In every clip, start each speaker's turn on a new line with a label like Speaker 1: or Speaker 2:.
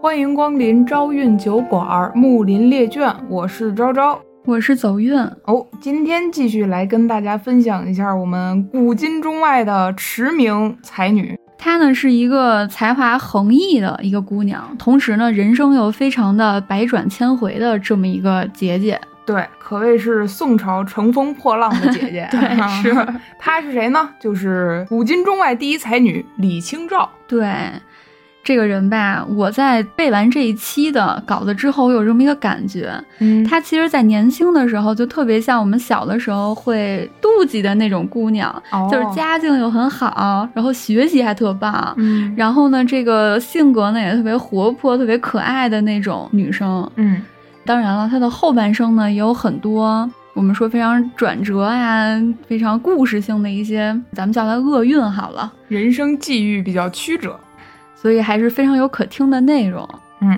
Speaker 1: 欢迎光临朝韵酒馆儿，木林列卷，我是昭昭。
Speaker 2: 我是走运，
Speaker 1: 哦，今天继续来跟大家分享一下我们古今中外的驰名才女。
Speaker 2: 她呢是一个才华横溢的一个姑娘，同时呢人生又非常的百转千回的这么一个姐姐。
Speaker 1: 对，可谓是宋朝乘风破浪的姐姐。
Speaker 2: 对是
Speaker 1: 她是谁呢？就是古今中外第一才女李清照。
Speaker 2: 对，这个人吧，我在背完这一期的稿子之后，我有这么一个感觉，
Speaker 1: 嗯
Speaker 2: 她其实，在年轻的时候就特别像我们小的时候会妒忌的那种姑娘，就是
Speaker 1: 家，
Speaker 2: 家境又很好，然后学习还特棒，
Speaker 1: 嗯
Speaker 2: 然后呢，这个性格呢也特别活泼、特别可爱的那种女生。
Speaker 1: 嗯，
Speaker 2: 当然了，她的后半生呢也有很多我们说非常转折啊、非常故事性的一些，咱们叫它厄运好了。
Speaker 1: 人生际遇比较曲折。
Speaker 2: 所以还是非常有可听的内容。
Speaker 1: 嗯，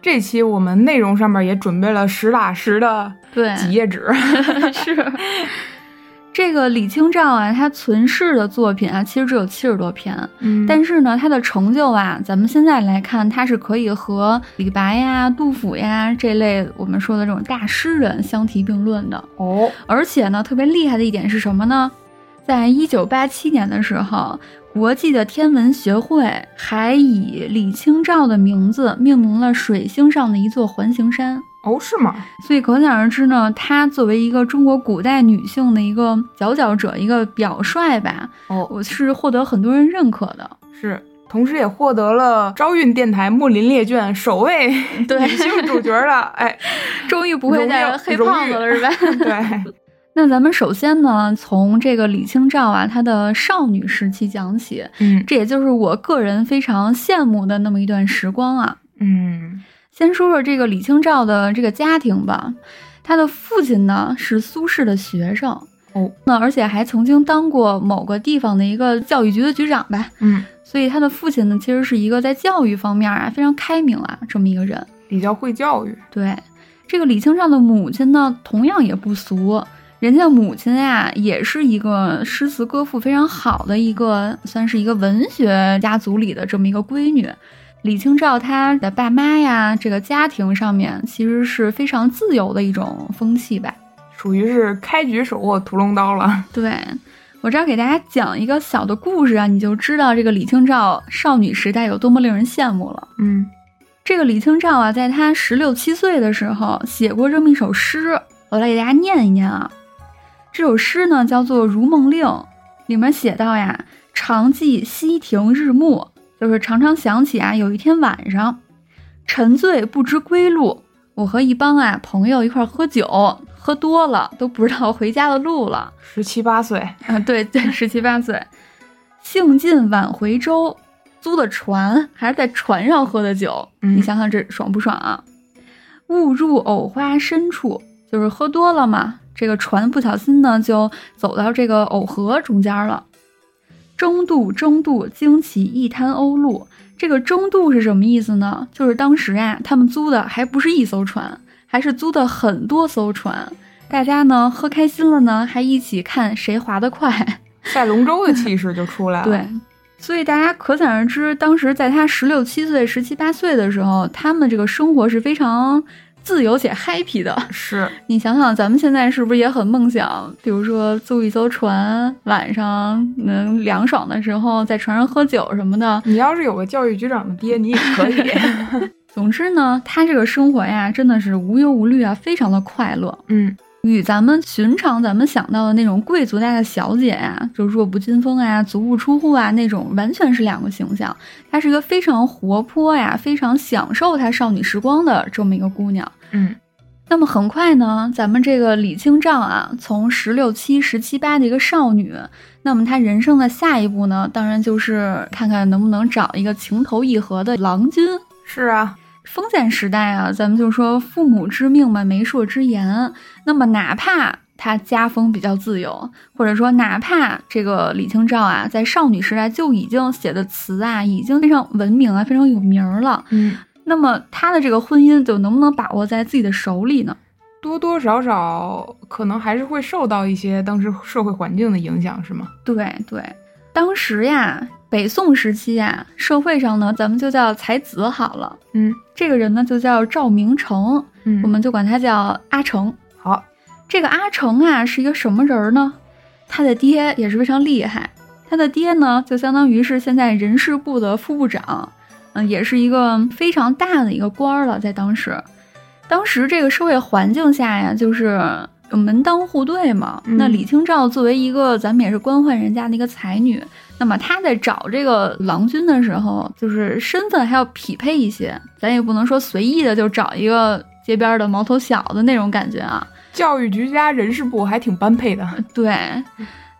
Speaker 1: 这期我们内容上面也准备了实打实的
Speaker 2: 对，嗯
Speaker 1: 几页纸。
Speaker 2: 是。这个李清照啊，她存世的作品啊，其实只有七十多篇，
Speaker 1: 嗯
Speaker 2: 但是呢，她的成就啊，咱们现在来看，她是可以和李白呀、杜甫呀这类我们说的这种大诗人相提并论的。
Speaker 1: 哦，
Speaker 2: 而且呢，特别厉害的一点是什么呢？在一九八七年的时候，国际的天文学会还以李清照的名字命名了水星上的一座环形山。
Speaker 1: 哦，是吗？
Speaker 2: 所以可想而知呢，她作为一个中国古代女性的一个佼佼者、一个表率吧，
Speaker 1: 哦，
Speaker 2: 我是获得很多人认可的。
Speaker 1: 是。同时也获得了朝韵电台木林列卷首位
Speaker 2: 对
Speaker 1: 女性主角的哎，
Speaker 2: 终于不会
Speaker 1: 荣
Speaker 2: 再
Speaker 1: 誉
Speaker 2: 黑胖子了，是吧？
Speaker 1: 对，
Speaker 2: 那咱们首先呢，从这个李清照啊，她的少女时期讲起，
Speaker 1: 嗯
Speaker 2: 这也就是我个人非常羡慕的那么一段时光啊。
Speaker 1: 嗯
Speaker 2: 先说说这个李清照的这个家庭吧，她的父亲呢是苏轼的学生
Speaker 1: 哦，
Speaker 2: 那而且还曾经当过某个地方的一个教育局的局长吧，
Speaker 1: 嗯，
Speaker 2: 所以她的父亲呢其实是一个在教育方面啊非常开明啊这么一个人。
Speaker 1: 比较会教育，
Speaker 2: 对，这个李清照的母亲呢，同样也不俗。人家母亲呀、也是一个诗词歌赋非常好的一个，算是一个文学家族里的这么一个闺女。李清照她的爸妈呀，这个家庭上面其实是非常自由的一种风气吧。
Speaker 1: 属于是开局手握屠龙刀 了。
Speaker 2: 对我这儿给大家讲一个小的故事啊，你就知道这个李清照少女时代有多么令人羡慕了。
Speaker 1: 嗯，
Speaker 2: 这个李清照啊，在她十六七岁的时候写过这么一首诗，我来给大家念一念啊。这首诗呢叫做《如梦令》，里面写到呀：“常记溪亭日暮，就是常常想起啊，有一天晚上，沉醉不知归路，我和一帮啊朋友一块儿喝酒，喝多了都不知道回家的路了。”
Speaker 1: 十七八岁，
Speaker 2: 啊，对对，十七八岁，兴尽晚回舟，租的船，还是在船上喝的酒，你
Speaker 1: 嗯
Speaker 2: 想想这爽不爽啊？误入藕花深处，就是喝多了嘛，这个船不小心呢就走到这个藕河中间了。争渡，争渡，惊起一滩鸥鹭。这个争渡是什么意思呢？就是当时啊，他们租的还不是一艘船，还是租的很多艘船。大家呢喝开心了呢，还一起看谁划得快。
Speaker 1: 赛龙舟的气势就出 来了。
Speaker 2: 对，所以大家可想而知，当时在他十六七岁、十七八岁的时候，他们这个生活是非常自由且 happy 的。
Speaker 1: 是，
Speaker 2: 你想想，咱们现在是不是也很梦想？比如说租一艘船，晚上能凉爽的时候在船上喝酒什么的。
Speaker 1: 你要是有个教育局长的爹，你也可以。
Speaker 2: 总之呢，他这个生活呀，真的是无忧无虑啊，非常的快乐。
Speaker 1: 嗯
Speaker 2: 与咱们寻常咱们想到的那种贵族家的小姐啊，就弱不禁风啊、足不出户啊那种，完全是两个形象。她是一个非常活泼呀、非常享受她少女时光的这么一个姑娘。
Speaker 1: 嗯
Speaker 2: 那么很快呢，咱们这个李清照啊，从十六七、十七八的一个少女，那么她人生的下一步呢，当然就是看看能不能找一个情投意合的郎君。
Speaker 1: 是啊，
Speaker 2: 封建时代啊，咱们就说父母之命嘛，媒妁之言。那么哪怕他家风比较自由，或者说哪怕这个李清照啊，在少女时代就已经写的词啊，已经非常文明啊，非常有名儿了。
Speaker 1: 嗯，
Speaker 2: 那么他的这个婚姻就能不能把握在自己的手里呢？
Speaker 1: 多多少少可能还是会受到一些当时社会环境的影响，是吗？
Speaker 2: 对对，当时呀，北宋时期呀、社会上呢，咱们就叫才子好了。
Speaker 1: 嗯
Speaker 2: 这个人呢，就叫赵明诚，
Speaker 1: 嗯，
Speaker 2: 我们就管他叫阿成。
Speaker 1: 好，
Speaker 2: 这个阿成啊，是一个什么人儿呢？他的爹也是非常厉害，他的爹呢，就相当于是现在人事部的副部长，嗯，也是一个非常大的一个官儿了，在当时。当时这个社会环境下呀，就是门当户对嘛。
Speaker 1: 嗯
Speaker 2: 那李清照作为一个咱们也是官宦人家的一个才女，那么她在找这个郎君的时候，就是身份还要匹配一些，咱也不能说随意的就找一个街边儿的毛头小子那种感觉啊。
Speaker 1: 教育局加人事部还挺般配的。
Speaker 2: 对，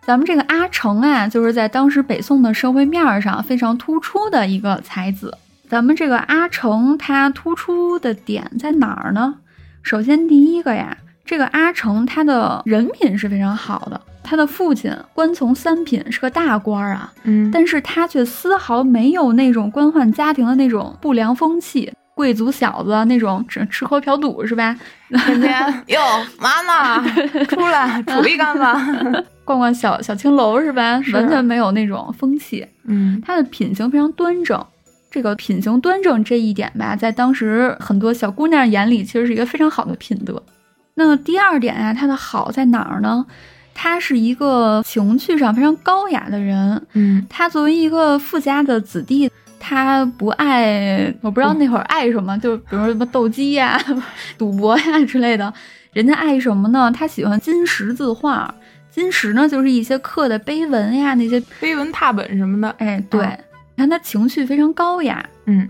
Speaker 2: 咱们这个阿成啊，就是在当时北宋的社会面儿上非常突出的一个才子。咱们这个阿成，他突出的点在哪儿呢？首先第一个呀，这个阿成他的人品是非常好的，他的父亲官从三品，是个大官儿啊。
Speaker 1: 嗯，
Speaker 2: 但是他却丝毫没有那种官宦家庭的那种不良风气，贵族小子啊那种只吃喝嫖赌是吧？
Speaker 1: 天天哟妈 妈出来煮一干吧。
Speaker 2: 逛逛小小青楼是吧？
Speaker 1: 是
Speaker 2: 完全没有那种风气。
Speaker 1: 嗯
Speaker 2: 他的品行非常端正，这个品行端正这一点吧，在当时很多小姑娘眼里，其实是一个非常好的品德。那第二点啊，他的好在哪儿呢？他是一个情趣上非常高雅的人，
Speaker 1: 嗯，
Speaker 2: 他作为一个富家的子弟，他不爱，我不知道那会儿爱什么，就比如说什么斗鸡呀、 赌博呀、之类的。人家爱什么呢？他喜欢金石字画，金石呢就是一些刻的碑文呀，那些，
Speaker 1: 碑文拓本什么的。
Speaker 2: 哎，对，
Speaker 1: 啊
Speaker 2: 你看他情绪非常高雅。
Speaker 1: 嗯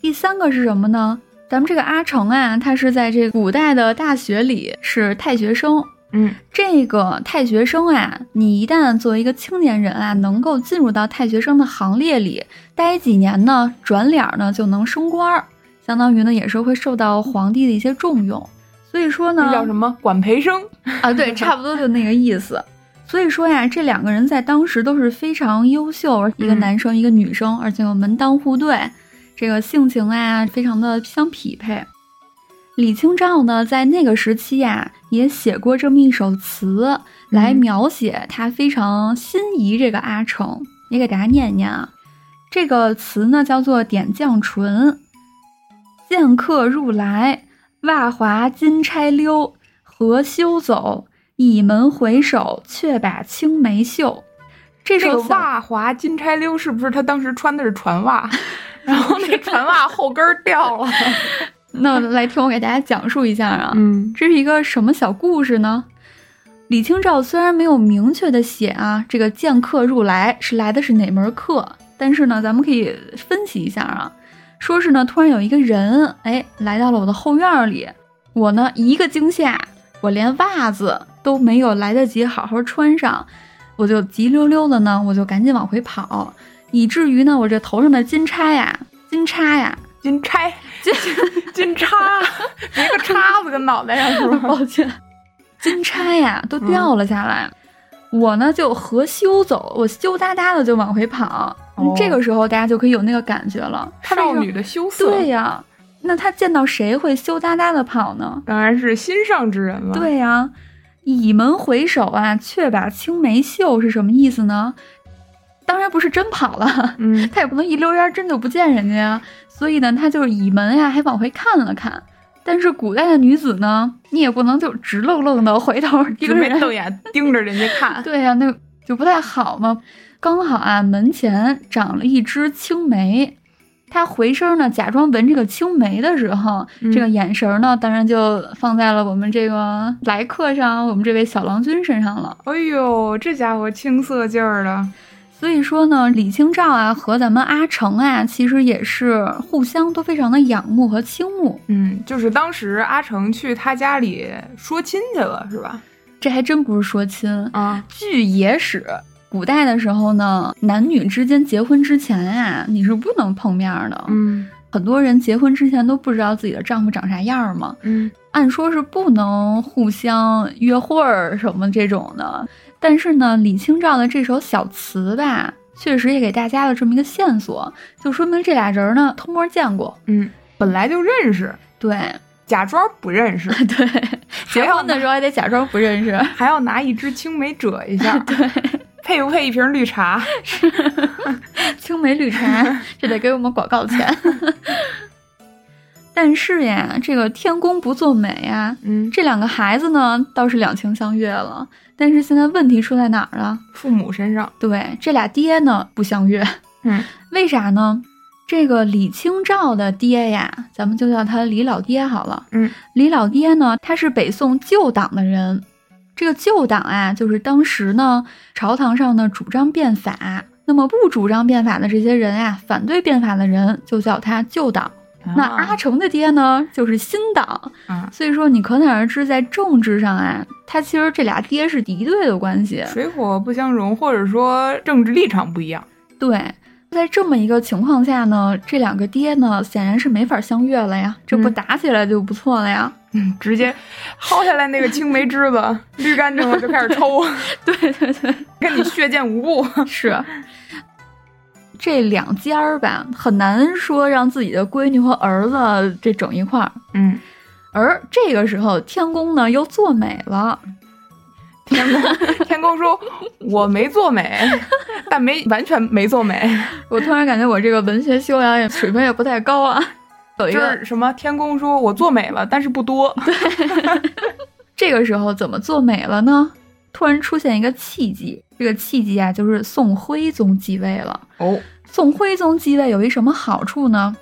Speaker 2: 第三个是什么呢？咱们这个阿成啊，他是在这古代的大学里是太学生，
Speaker 1: 嗯
Speaker 2: 这个太学生啊，你一旦作为一个青年人啊，能够进入到太学生的行列里，待几年呢，转脸儿呢就能升官儿，相当于呢也是会受到皇帝的一些重用。所以说呢，
Speaker 1: 那叫什么管培生？
Speaker 2: 啊，对，差不多就那个意思。所以说呀，这两个人在当时都是非常优秀，一个
Speaker 1: 嗯
Speaker 2: 男生，一个女生，而且又门当户对，这个性情啊，非常的相匹配。李清照呢，在那个时期呀、也写过这么一首词来
Speaker 1: 嗯
Speaker 2: 描写她非常心仪这个阿成，也给大家念一念啊。这个词呢，叫做《点绛唇》。见客入来，袜滑金钗溜，何羞走？倚门回首，却把青梅嗅。这
Speaker 1: 这
Speaker 2: 首
Speaker 1: 个
Speaker 2: 词
Speaker 1: 袜滑金钗溜是不是他当时穿的是船袜？ 然后那船袜后跟儿掉了。
Speaker 2: 那来听我给大家讲述一下啊。
Speaker 1: 嗯
Speaker 2: 这是一个什么小故事呢？李清照虽然没有明确的写啊，这个见客入来是来的是哪门客，但是呢，咱们可以分析一下啊，说是呢，突然有一个人，哎，来到了我的后院里，我呢一个惊吓，我连袜子都没有来得及好好穿上，我就急溜溜的呢，我就赶紧往回跑，以至于呢，我这头上的金钗呀，金钗呀，
Speaker 1: 金 钗
Speaker 2: 金。
Speaker 1: 金叉，别个叉子跟脑袋上是 吧？
Speaker 2: 抱歉，金钗呀都掉了下来。我呢就何羞走，我羞答答的就往回跑。
Speaker 1: 哦
Speaker 2: 这个时候大家就可以有那个感觉了，她为什
Speaker 1: 少
Speaker 2: 么
Speaker 1: 女的羞涩，
Speaker 2: 对呀、那她见到谁会羞答答的跑呢？
Speaker 1: 当然是心上之人了。，
Speaker 2: 对呀、倚门回首啊，却把青梅嗅是什么意思呢？当然不是真跑了，
Speaker 1: 嗯
Speaker 2: 他也不能一溜烟儿真就不见人家呀。所以呢，他就是倚门呀，还往回看了看。但是古代的女子呢，你也不能就直愣愣的回头盯
Speaker 1: 直
Speaker 2: 着
Speaker 1: 眉
Speaker 2: 人，
Speaker 1: 瞪眼盯着人家看。
Speaker 2: 对呀、那就不太好嘛。刚好啊，门前长了一枝青梅，他回身呢，假装闻这个青梅的时候，
Speaker 1: 嗯
Speaker 2: 这个眼神儿呢，当然就放在了我们这个来客上，我们这位小郎君身上了。
Speaker 1: 哎呦，这家伙青涩劲儿的，
Speaker 2: 所以说呢，李清照啊和咱们阿成啊，其实也是互相都非常的仰慕和倾慕。
Speaker 1: 嗯，就是当时阿成去他家里说亲去了，是吧？
Speaker 2: 这还真不是说亲，
Speaker 1: 啊，
Speaker 2: 据野史，古代的时候呢，男女之间结婚之前啊，你是不能碰面的。
Speaker 1: 嗯
Speaker 2: 很多人结婚之前都不知道自己的丈夫长啥样儿嘛，
Speaker 1: 嗯
Speaker 2: 按说是不能互相约会儿什么这种的。但是呢，李清照的这首小词吧，确实也给大家了这么一个线索，就说明这俩人呢偷摸见过。
Speaker 1: 嗯，本来就认 识，
Speaker 2: 对
Speaker 1: 假装不认识，
Speaker 2: 对，结婚的时候还得假装不认识。
Speaker 1: 还 要拿一支青梅折一下，对，配不配一瓶绿茶？
Speaker 2: 青梅绿茶，这得给我们广告钱。 但是呀，这个天公不作美呀，
Speaker 1: 嗯，
Speaker 2: 这两个孩子呢倒是两情相悦了，但是现在问题出在哪儿了？
Speaker 1: 父母身上，
Speaker 2: 对，这俩爹呢不相悦，
Speaker 1: 嗯，
Speaker 2: 为啥呢？这个李清照的爹呀，咱们就叫他李老爹好了。
Speaker 1: 嗯，
Speaker 2: 李老爹呢，他是北宋旧党的人。这个旧党啊，就是当时呢朝堂上呢主张变法，那么不主张变法的这些人啊，反对变法的人就叫他旧党。那阿成的爹呢，就是新党。
Speaker 1: 啊，
Speaker 2: 所以说，你可想而知，在政治上啊，他其实这俩爹是敌对的关系。
Speaker 1: 水火不相容，或者说政治立场不一样，
Speaker 2: 对，在这么一个情况下呢，这两个爹呢显然是没法相约了呀，这不
Speaker 1: 嗯
Speaker 2: 打起来就不错了呀。
Speaker 1: 嗯，直接薅下来那个青梅枝子，绿干之后就开始抽，
Speaker 2: 对对对，
Speaker 1: 跟你血溅无误。
Speaker 2: 是。这两家儿吧，很难说让自己的闺女和儿子这整一块儿。
Speaker 1: 嗯，
Speaker 2: 而这个时候，天宫呢又作美了，
Speaker 1: 天宫， 天宫说我没做美， 但没完全没做美，
Speaker 2: 我突然感觉我这个文学修养也水平也不太高啊。有一
Speaker 1: 就
Speaker 2: 个
Speaker 1: 是什么天宫说我做美了，但是不多。
Speaker 2: 这个时候怎么做美了呢？突然出现一个契机，这个契机啊，就是宋徽宗继位了。
Speaker 1: 哦，
Speaker 2: 宋徽宗继位有一什么好处呢？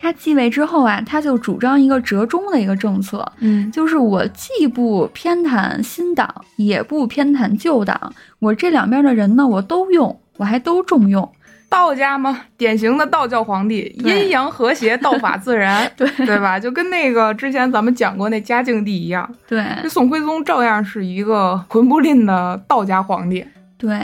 Speaker 2: 他继位之后啊，他就主张一个折中的一个政策，
Speaker 1: 嗯，
Speaker 2: 就是我既不偏袒新党，也不偏袒旧党，我这两边的人呢，我都用，我还都重用。
Speaker 1: 道家嘛，典型的道教皇帝，
Speaker 2: 对，
Speaker 1: 阴阳和谐，道法自然
Speaker 2: 对
Speaker 1: 对吧？就跟那个之前咱们讲过那嘉靖帝一样，
Speaker 2: 对
Speaker 1: 这宋徽宗照样是一个混不吝的道家皇帝。
Speaker 2: 对，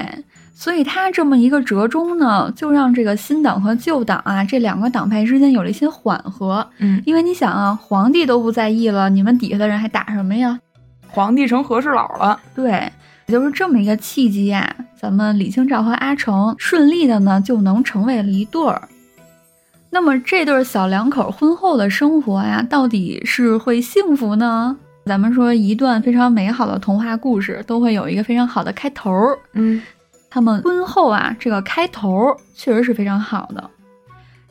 Speaker 2: 所以他这么一个折中呢，就让这个新党和旧党啊这两个党派之间有了一些缓和。
Speaker 1: 嗯，
Speaker 2: 因为你想啊，皇帝都不在意了，你们底下的人还打什么呀？
Speaker 1: 皇帝成和事佬了。
Speaker 2: 对，也就是这么一个契机呀、咱们李清照和阿成顺利的呢就能成为了一对儿。那么这对小两口婚后的生活呀、到底是会幸福呢？咱们说一段非常美好的童话故事都会有一个非常好的开头儿。
Speaker 1: 嗯
Speaker 2: 他们婚后啊，这个开头儿确实是非常好的。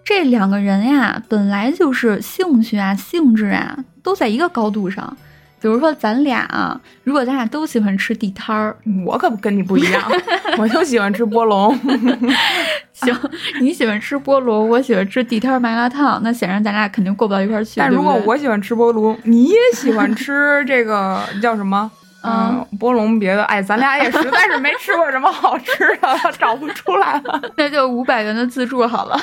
Speaker 2: 这两个人呀，本来就是兴趣啊、性质啊，都在一个高度上。比如说，咱俩啊，如果咱俩都喜欢吃地摊儿，
Speaker 1: 我可跟你不一 样，我就喜欢吃波龙。
Speaker 2: 行， 你喜欢吃菠萝，我喜欢吃地摊儿麻辣烫，那显然咱俩肯定过不到一块儿去。
Speaker 1: 但如果
Speaker 2: 对不对
Speaker 1: 我喜欢吃波龙，你也喜欢 吃这个叫什么？
Speaker 2: 嗯
Speaker 1: 嗯，波龙别的，哎，咱俩也实在是没吃过什么好吃的了，找不出来 了。
Speaker 2: 那就五百元的自助好了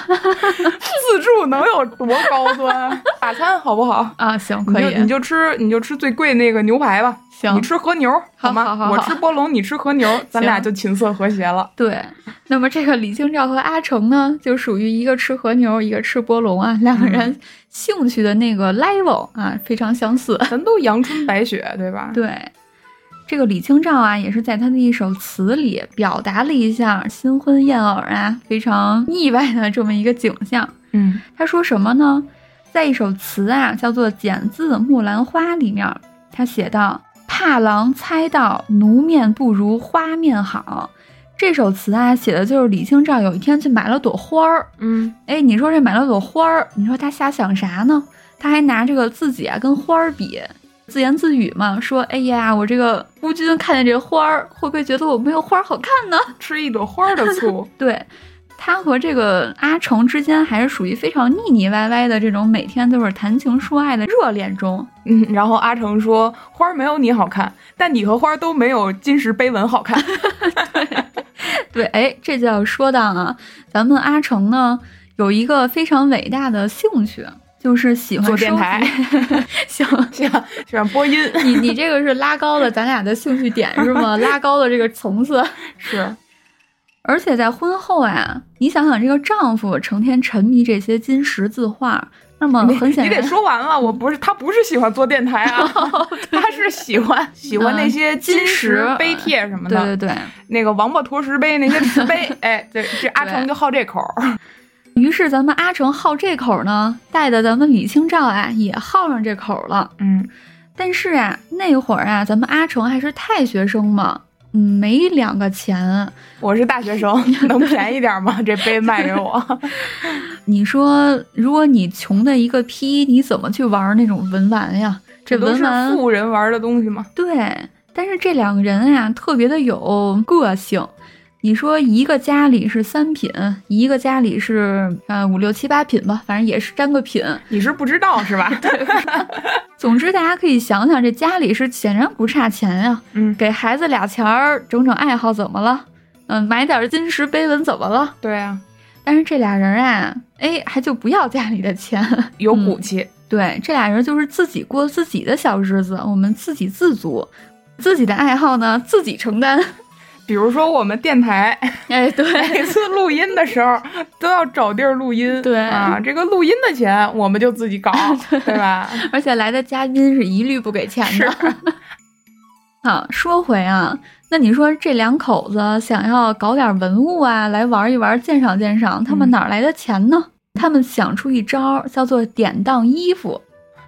Speaker 1: 自助能有多高端？大餐好不好？
Speaker 2: 啊，行，
Speaker 1: 你
Speaker 2: 可
Speaker 1: 就
Speaker 2: 以
Speaker 1: 你，就吃你就吃最贵那个牛排吧，
Speaker 2: 行
Speaker 1: 你吃和牛
Speaker 2: 好
Speaker 1: 吗？
Speaker 2: 好好好
Speaker 1: 我吃波龙，你吃和牛，咱俩就琴瑟和谐了。
Speaker 2: 对，那么这个李清照和阿成呢，就属于一个吃和牛，一个吃波龙啊，两个人兴趣的那个 level 啊非常相似。
Speaker 1: 咱都阳春白雪，对吧？
Speaker 2: 对，这个李清照啊，也是在她的一首词里表达了一下新婚燕尔啊非常意外的这么一个景象。
Speaker 1: 嗯
Speaker 2: 她说什么呢？在一首词啊，叫做《简字木兰花》里面，她写道：“怕郎猜到奴面不如花面好。”这首词啊，写的就是李清照有一天去买了朵花儿。
Speaker 1: 嗯，
Speaker 2: 哎，你说这买了朵花儿，你说她瞎想啥呢？她还拿这个自己啊跟花儿比，自言自语嘛，说：“哎呀，我这个孤军看见这花儿，会不会觉得我没有花儿好看呢？”，
Speaker 1: 吃一朵花的醋
Speaker 2: 对，他和这个阿成之间还是属于非常腻腻歪歪的这种，每天都是谈情说爱的热恋中。
Speaker 1: 嗯，然后阿成说花儿没有你好看，但你和花儿都没有金石碑文好看。
Speaker 2: 对，哎，这就要说到啊，咱们阿成呢有一个非常伟大的兴趣，就是喜欢
Speaker 1: 做电
Speaker 2: 嗯收集
Speaker 1: 台。
Speaker 2: 行，
Speaker 1: 喜欢 喜欢 播音，
Speaker 2: 你你这个是拉高了咱俩的兴趣点是吗？拉高了这个层次。
Speaker 1: 是
Speaker 2: 而且在婚后啊，你想想这个丈夫成天沉迷这些金石字画，那么很显
Speaker 1: 你
Speaker 2: 然
Speaker 1: 得说完了，我不是他不是喜欢做电台啊，他是喜欢喜欢那些金石
Speaker 2: 哦嗯
Speaker 1: 碑帖什么
Speaker 2: 对
Speaker 1: 的，
Speaker 2: 对对。
Speaker 1: 那个王八驮石碑那些石 碑，哎，这这阿成就好这口儿，
Speaker 2: 于是咱们阿成好这口呢，带的咱们李清照啊也好上这口了。
Speaker 1: 嗯
Speaker 2: 但是啊，那会儿啊，咱们阿成还是太学生嘛，嗯没两个钱，
Speaker 1: 我是大学 生，能便宜点吗？这杯卖给我，
Speaker 2: 你说如果你穷的一个批，你怎么去玩那种文玩呀？ 这
Speaker 1: 都
Speaker 2: 文
Speaker 1: 是
Speaker 2: 玩
Speaker 1: 富人玩的东西吗？
Speaker 2: 对，但是这两个人呀、特别的有个性。你说一个家里是三品，一个家里是呃五六七八品吧，反正也是沾个品。
Speaker 1: 你是不知道是 吧？
Speaker 2: 总之，大家可以想想，这家里是显然不差钱呀、
Speaker 1: 嗯，
Speaker 2: 给孩子俩钱儿整整爱好怎么了？嗯，买点金石碑文怎么了？
Speaker 1: 对啊，
Speaker 2: 但是这俩人啊，哎，还就不要家里的钱。
Speaker 1: 有骨气。
Speaker 2: 对，这俩人就是自己过自己的小日子，我们自给自足，自己的爱好呢自己承担。
Speaker 1: 比如说我们电台
Speaker 2: 哎，对，
Speaker 1: 每次录音的时候都要找地儿录音，
Speaker 2: 对
Speaker 1: 啊，这个录音的钱我们就自己搞，对吧？
Speaker 2: 而且来的嘉宾是一律不给钱的。啊，说回啊，那你说这两口子想要搞点文物啊，来玩一玩，鉴赏鉴赏，他们
Speaker 1: 嗯
Speaker 2: 哪儿来的钱呢？他们想出一招儿，叫做典当衣服。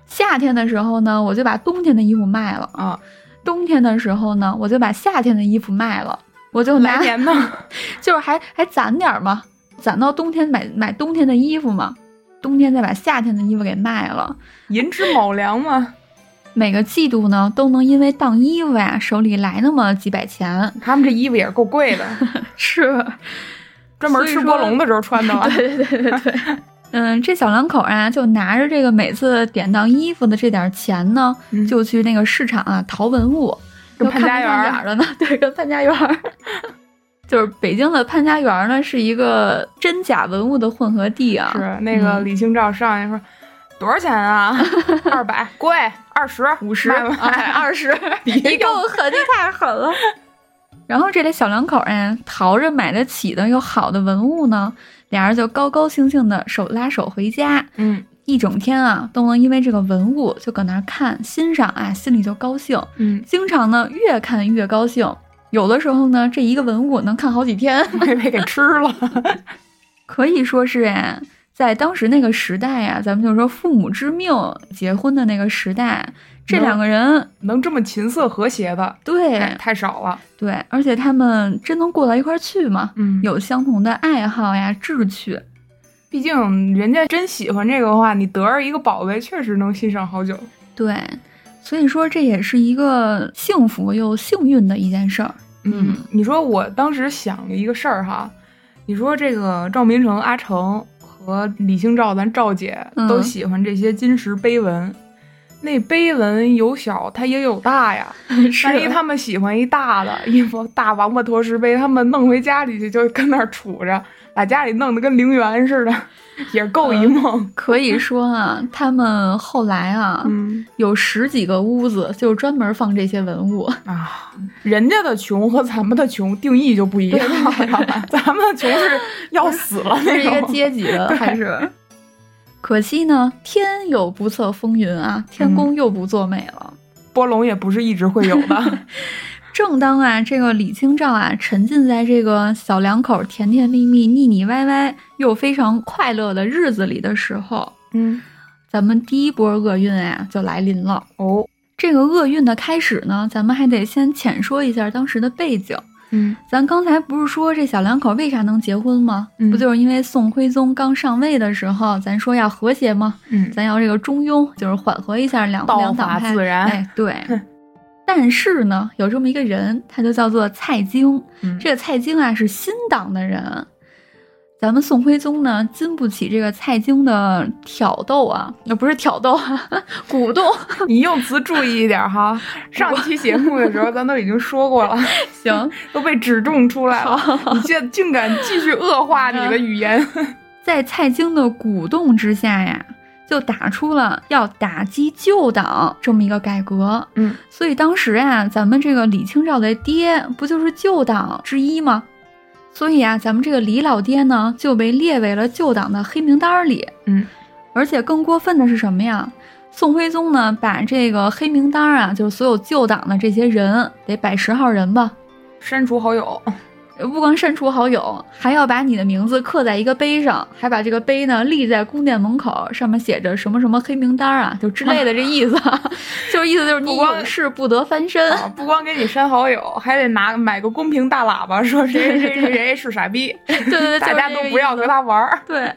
Speaker 2: 夏天的时候呢，我就把冬天的衣服卖了；
Speaker 1: 啊，
Speaker 2: 冬天的时候呢，我就把夏天的衣服卖了。我就拿
Speaker 1: 来年 呢，
Speaker 2: 就是还还攒点儿嘛，攒到冬天买买冬天的衣服嘛，冬天再把夏天的衣服给卖了。
Speaker 1: 寅吃卯粮嘛，
Speaker 2: 每个季度呢，都能因为当衣服呀、手里来那么几百钱，
Speaker 1: 他们这衣服也是够贵的，
Speaker 2: 是，
Speaker 1: 专门吃波龙的时候穿的吧？
Speaker 2: 对对对对，嗯，这小两口啊，就拿着这个每次典当衣服的这点钱呢，
Speaker 1: 嗯
Speaker 2: 就去那个市场啊淘文物，
Speaker 1: 跟
Speaker 2: 就
Speaker 1: 潘
Speaker 2: 看不
Speaker 1: 家园
Speaker 2: 上
Speaker 1: 儿
Speaker 2: 眼儿的呢， 对，跟潘家园儿。 就是北京的潘家园儿呢，是一个真假文物的混合地啊。
Speaker 1: 是那个李清照上来说。多少钱啊？二百，贵，二十，五十
Speaker 2: 啊 二十，你够狠，你太狠了。 然后这类小两口儿哎，淘着买得起的又好的文物呢，俩人就高高兴兴的手拉手回家，
Speaker 1: 嗯
Speaker 2: 一整天啊都能因为这个文物就搁那儿看欣赏啊，心里就高兴。
Speaker 1: 嗯，
Speaker 2: 经常呢越看越高兴，有的时候呢这一个文物能看好几天，
Speaker 1: 被被给吃了。
Speaker 2: 可以说是哎。在当时那个时代呀、咱们就说父母之命结婚的那个时代，这
Speaker 1: 能
Speaker 2: 两个人
Speaker 1: 能这么琴瑟和谐的，
Speaker 2: 对
Speaker 1: 太太少了。
Speaker 2: 对，而且他们真能过到一块儿去吗？
Speaker 1: 嗯有，
Speaker 2: 有相同的爱好呀、志趣，
Speaker 1: 毕竟人家真喜欢这个的话，你得着一个宝贝，确实能欣赏好久。
Speaker 2: 对，所以说这也是一个幸福又幸运的一件事儿。嗯，
Speaker 1: 你说我当时想了一个事儿哈，你说这个赵明诚、阿成和李清照，咱赵姐
Speaker 2: 嗯
Speaker 1: 都喜欢这些金石碑文。那碑文有小，它也有大呀。万一
Speaker 2: 是
Speaker 1: 他们喜欢一大的，一副大王八驮石碑，他们弄回家里去，就跟那儿杵着，把家里弄得跟陵园似的，也够
Speaker 2: 嗯
Speaker 1: 一梦。
Speaker 2: 可以说啊，他们后来啊，
Speaker 1: 嗯
Speaker 2: 有十几个屋子就专门放这些文物。
Speaker 1: 啊，人家的穷和咱们的穷定义就不一 样了，咱们的穷是要死了
Speaker 2: 这
Speaker 1: 那
Speaker 2: 是一个
Speaker 1: 种。
Speaker 2: 阶级的，还是？可惜呢，天有不测风云啊，天公又不作美了。
Speaker 1: 波龙也不是一直会有 的，
Speaker 2: 正当啊，这个李清照啊沉浸在这个小两口甜甜蜜蜜、腻腻歪歪又非常快乐的日子里的时候，
Speaker 1: 嗯，
Speaker 2: 咱们第一波厄运啊就来临了。
Speaker 1: 哦，
Speaker 2: 这个厄运的开始呢，咱们还得先浅说一下当时的背景。
Speaker 1: 嗯
Speaker 2: 咱刚才不是说这小两口为啥能结婚吗？
Speaker 1: 嗯
Speaker 2: 不就是因为宋徽宗刚上位的时候，咱说要和谐吗？
Speaker 1: 嗯，
Speaker 2: 咱要这个中庸，就是缓和一下两
Speaker 1: 道
Speaker 2: 两党
Speaker 1: 法
Speaker 2: 派。
Speaker 1: 自然
Speaker 2: 哎，对。 但是呢，有这么一个人，他就叫做蔡京。
Speaker 1: 嗯
Speaker 2: 这个蔡京啊，是新党的人。咱们宋徽宗呢，经不起这个蔡京的挑逗啊，那不是挑逗啊， 鼓动。
Speaker 1: 你用词注意一点 哈。上期节目的时候，咱都已经说过了，
Speaker 2: 行，
Speaker 1: 都被指中出来了，你竟竟敢继续恶化你的语言，
Speaker 2: 在蔡京的鼓动之下呀，就打出了要打击旧党这么一个改革。
Speaker 1: 嗯，
Speaker 2: 所以当时啊，咱们这个李清照的爹不就是旧党之一吗？所以啊，咱们这个李老爹呢就被列为了旧党的黑名单儿里。
Speaker 1: 嗯，
Speaker 2: 而且更过分的是什么呀？宋徽宗呢，把这个黑名单儿啊，就是所有旧党的这些人，得百十号人吧，
Speaker 1: 删除好友。
Speaker 2: 呃不光删除好友，还要把你的名字刻在一个碑上，还把这个碑呢立在宫殿门口，上面写着什么什么黑名单啊，就之类的这 意思，就是意思就是你
Speaker 1: 不光
Speaker 2: 永世不得翻身。
Speaker 1: 啊，不光给你删好友，还得拿买个公屏大喇叭，说谁谁谁谁是傻逼，
Speaker 2: 对对对，
Speaker 1: 大
Speaker 2: 就是
Speaker 1: 家
Speaker 2: 这
Speaker 1: 都
Speaker 2: 个
Speaker 1: 不
Speaker 2: 意
Speaker 1: 要
Speaker 2: 思
Speaker 1: 和他玩儿。
Speaker 2: 对，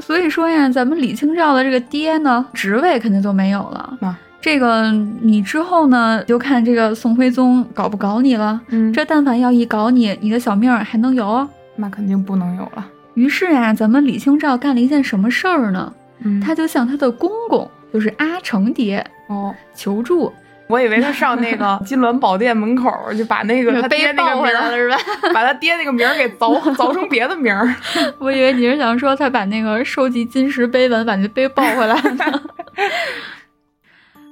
Speaker 2: 所以说呀，咱们李清照的这个爹呢，职位肯定就没有了。
Speaker 1: 啊
Speaker 2: 这个你之后呢，就看这个宋徽宗搞不搞你了。
Speaker 1: 嗯
Speaker 2: 这但凡要一搞你，你的小命儿还能有啊？
Speaker 1: 那肯定不能有了。
Speaker 2: 于是啊，咱们李清照干了一件什么事儿呢？
Speaker 1: 嗯
Speaker 2: 她就向她的公公，就是阿成爹
Speaker 1: 哦，
Speaker 2: 求助，
Speaker 1: 我以为他上那个金銮宝殿门口儿就把那个他爹
Speaker 2: 背
Speaker 1: 那个
Speaker 2: 抱回
Speaker 1: 名
Speaker 2: 来了
Speaker 1: 儿，
Speaker 2: 是吧？
Speaker 1: 把他爹那个名儿给凿凿成别的名儿。
Speaker 2: 我以为你是想说他把那个收集金石碑文，把那碑抱回来呢。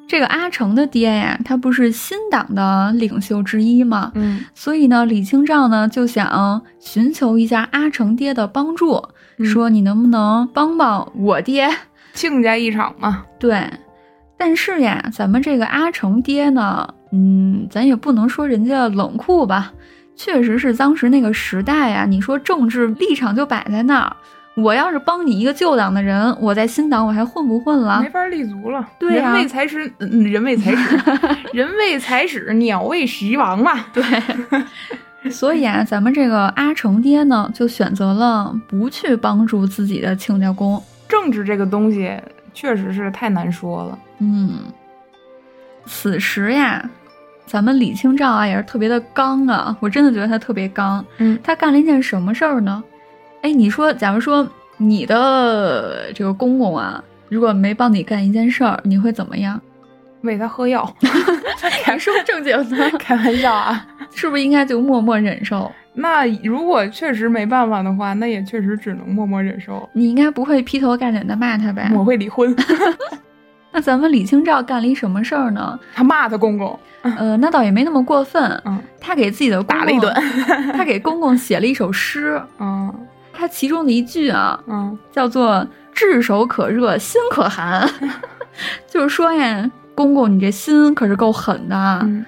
Speaker 2: 这个阿成的爹呀，他不是新党的领袖之一嘛，
Speaker 1: 嗯，
Speaker 2: 所以呢，李清照呢就想寻求一下阿成爹的帮助，
Speaker 1: 嗯
Speaker 2: 说你能不能帮帮我爹？
Speaker 1: 亲家一场嘛。
Speaker 2: 对，但是呀，咱们这个阿成爹呢，嗯，咱也不能说人家冷酷吧，确实是当时那个时代呀，你说政治立场就摆在那儿。我要是帮你一个旧党的人，我在新党我还混不混了
Speaker 1: 没？法立足了，
Speaker 2: 啊对呀
Speaker 1: 人为财使，嗯人为财使，人为财使，鸟为食亡嘛。对，
Speaker 2: 所以啊，咱们这个阿成爹呢，就选择了不去帮助自己的亲家公。
Speaker 1: 政治这个东西确实是太难说了。
Speaker 2: 嗯，此时呀，咱们李清照啊也是特别的刚啊，我真的觉得她特别刚。
Speaker 1: 嗯
Speaker 2: 她干了一件什么事儿呢？哎，你说，假如说你的这个公公啊，如果没帮你干一件事儿，你会怎么样？
Speaker 1: 喂他喝药，
Speaker 2: 你是不是正经的？
Speaker 1: 开玩笑啊。
Speaker 2: 是不是应该就默默忍受？
Speaker 1: 那如果确实没办法的话，那也确实只能默默忍受了。
Speaker 2: 你应该不会劈头盖脸的骂他呗？
Speaker 1: 我会离婚，
Speaker 2: 那咱们李清照干了一什么事儿呢？
Speaker 1: 他骂他公公，
Speaker 2: 呃，那倒也没那么过分。
Speaker 1: 嗯
Speaker 2: 她给自己的公公
Speaker 1: 打了一顿，
Speaker 2: 她给公公写了一首诗。
Speaker 1: 嗯
Speaker 2: 它其中的一句啊，
Speaker 1: 嗯，
Speaker 2: 叫做“炙手可热，心可寒”， 就是说呀，公公你这心可是够狠的啊。
Speaker 1: 嗯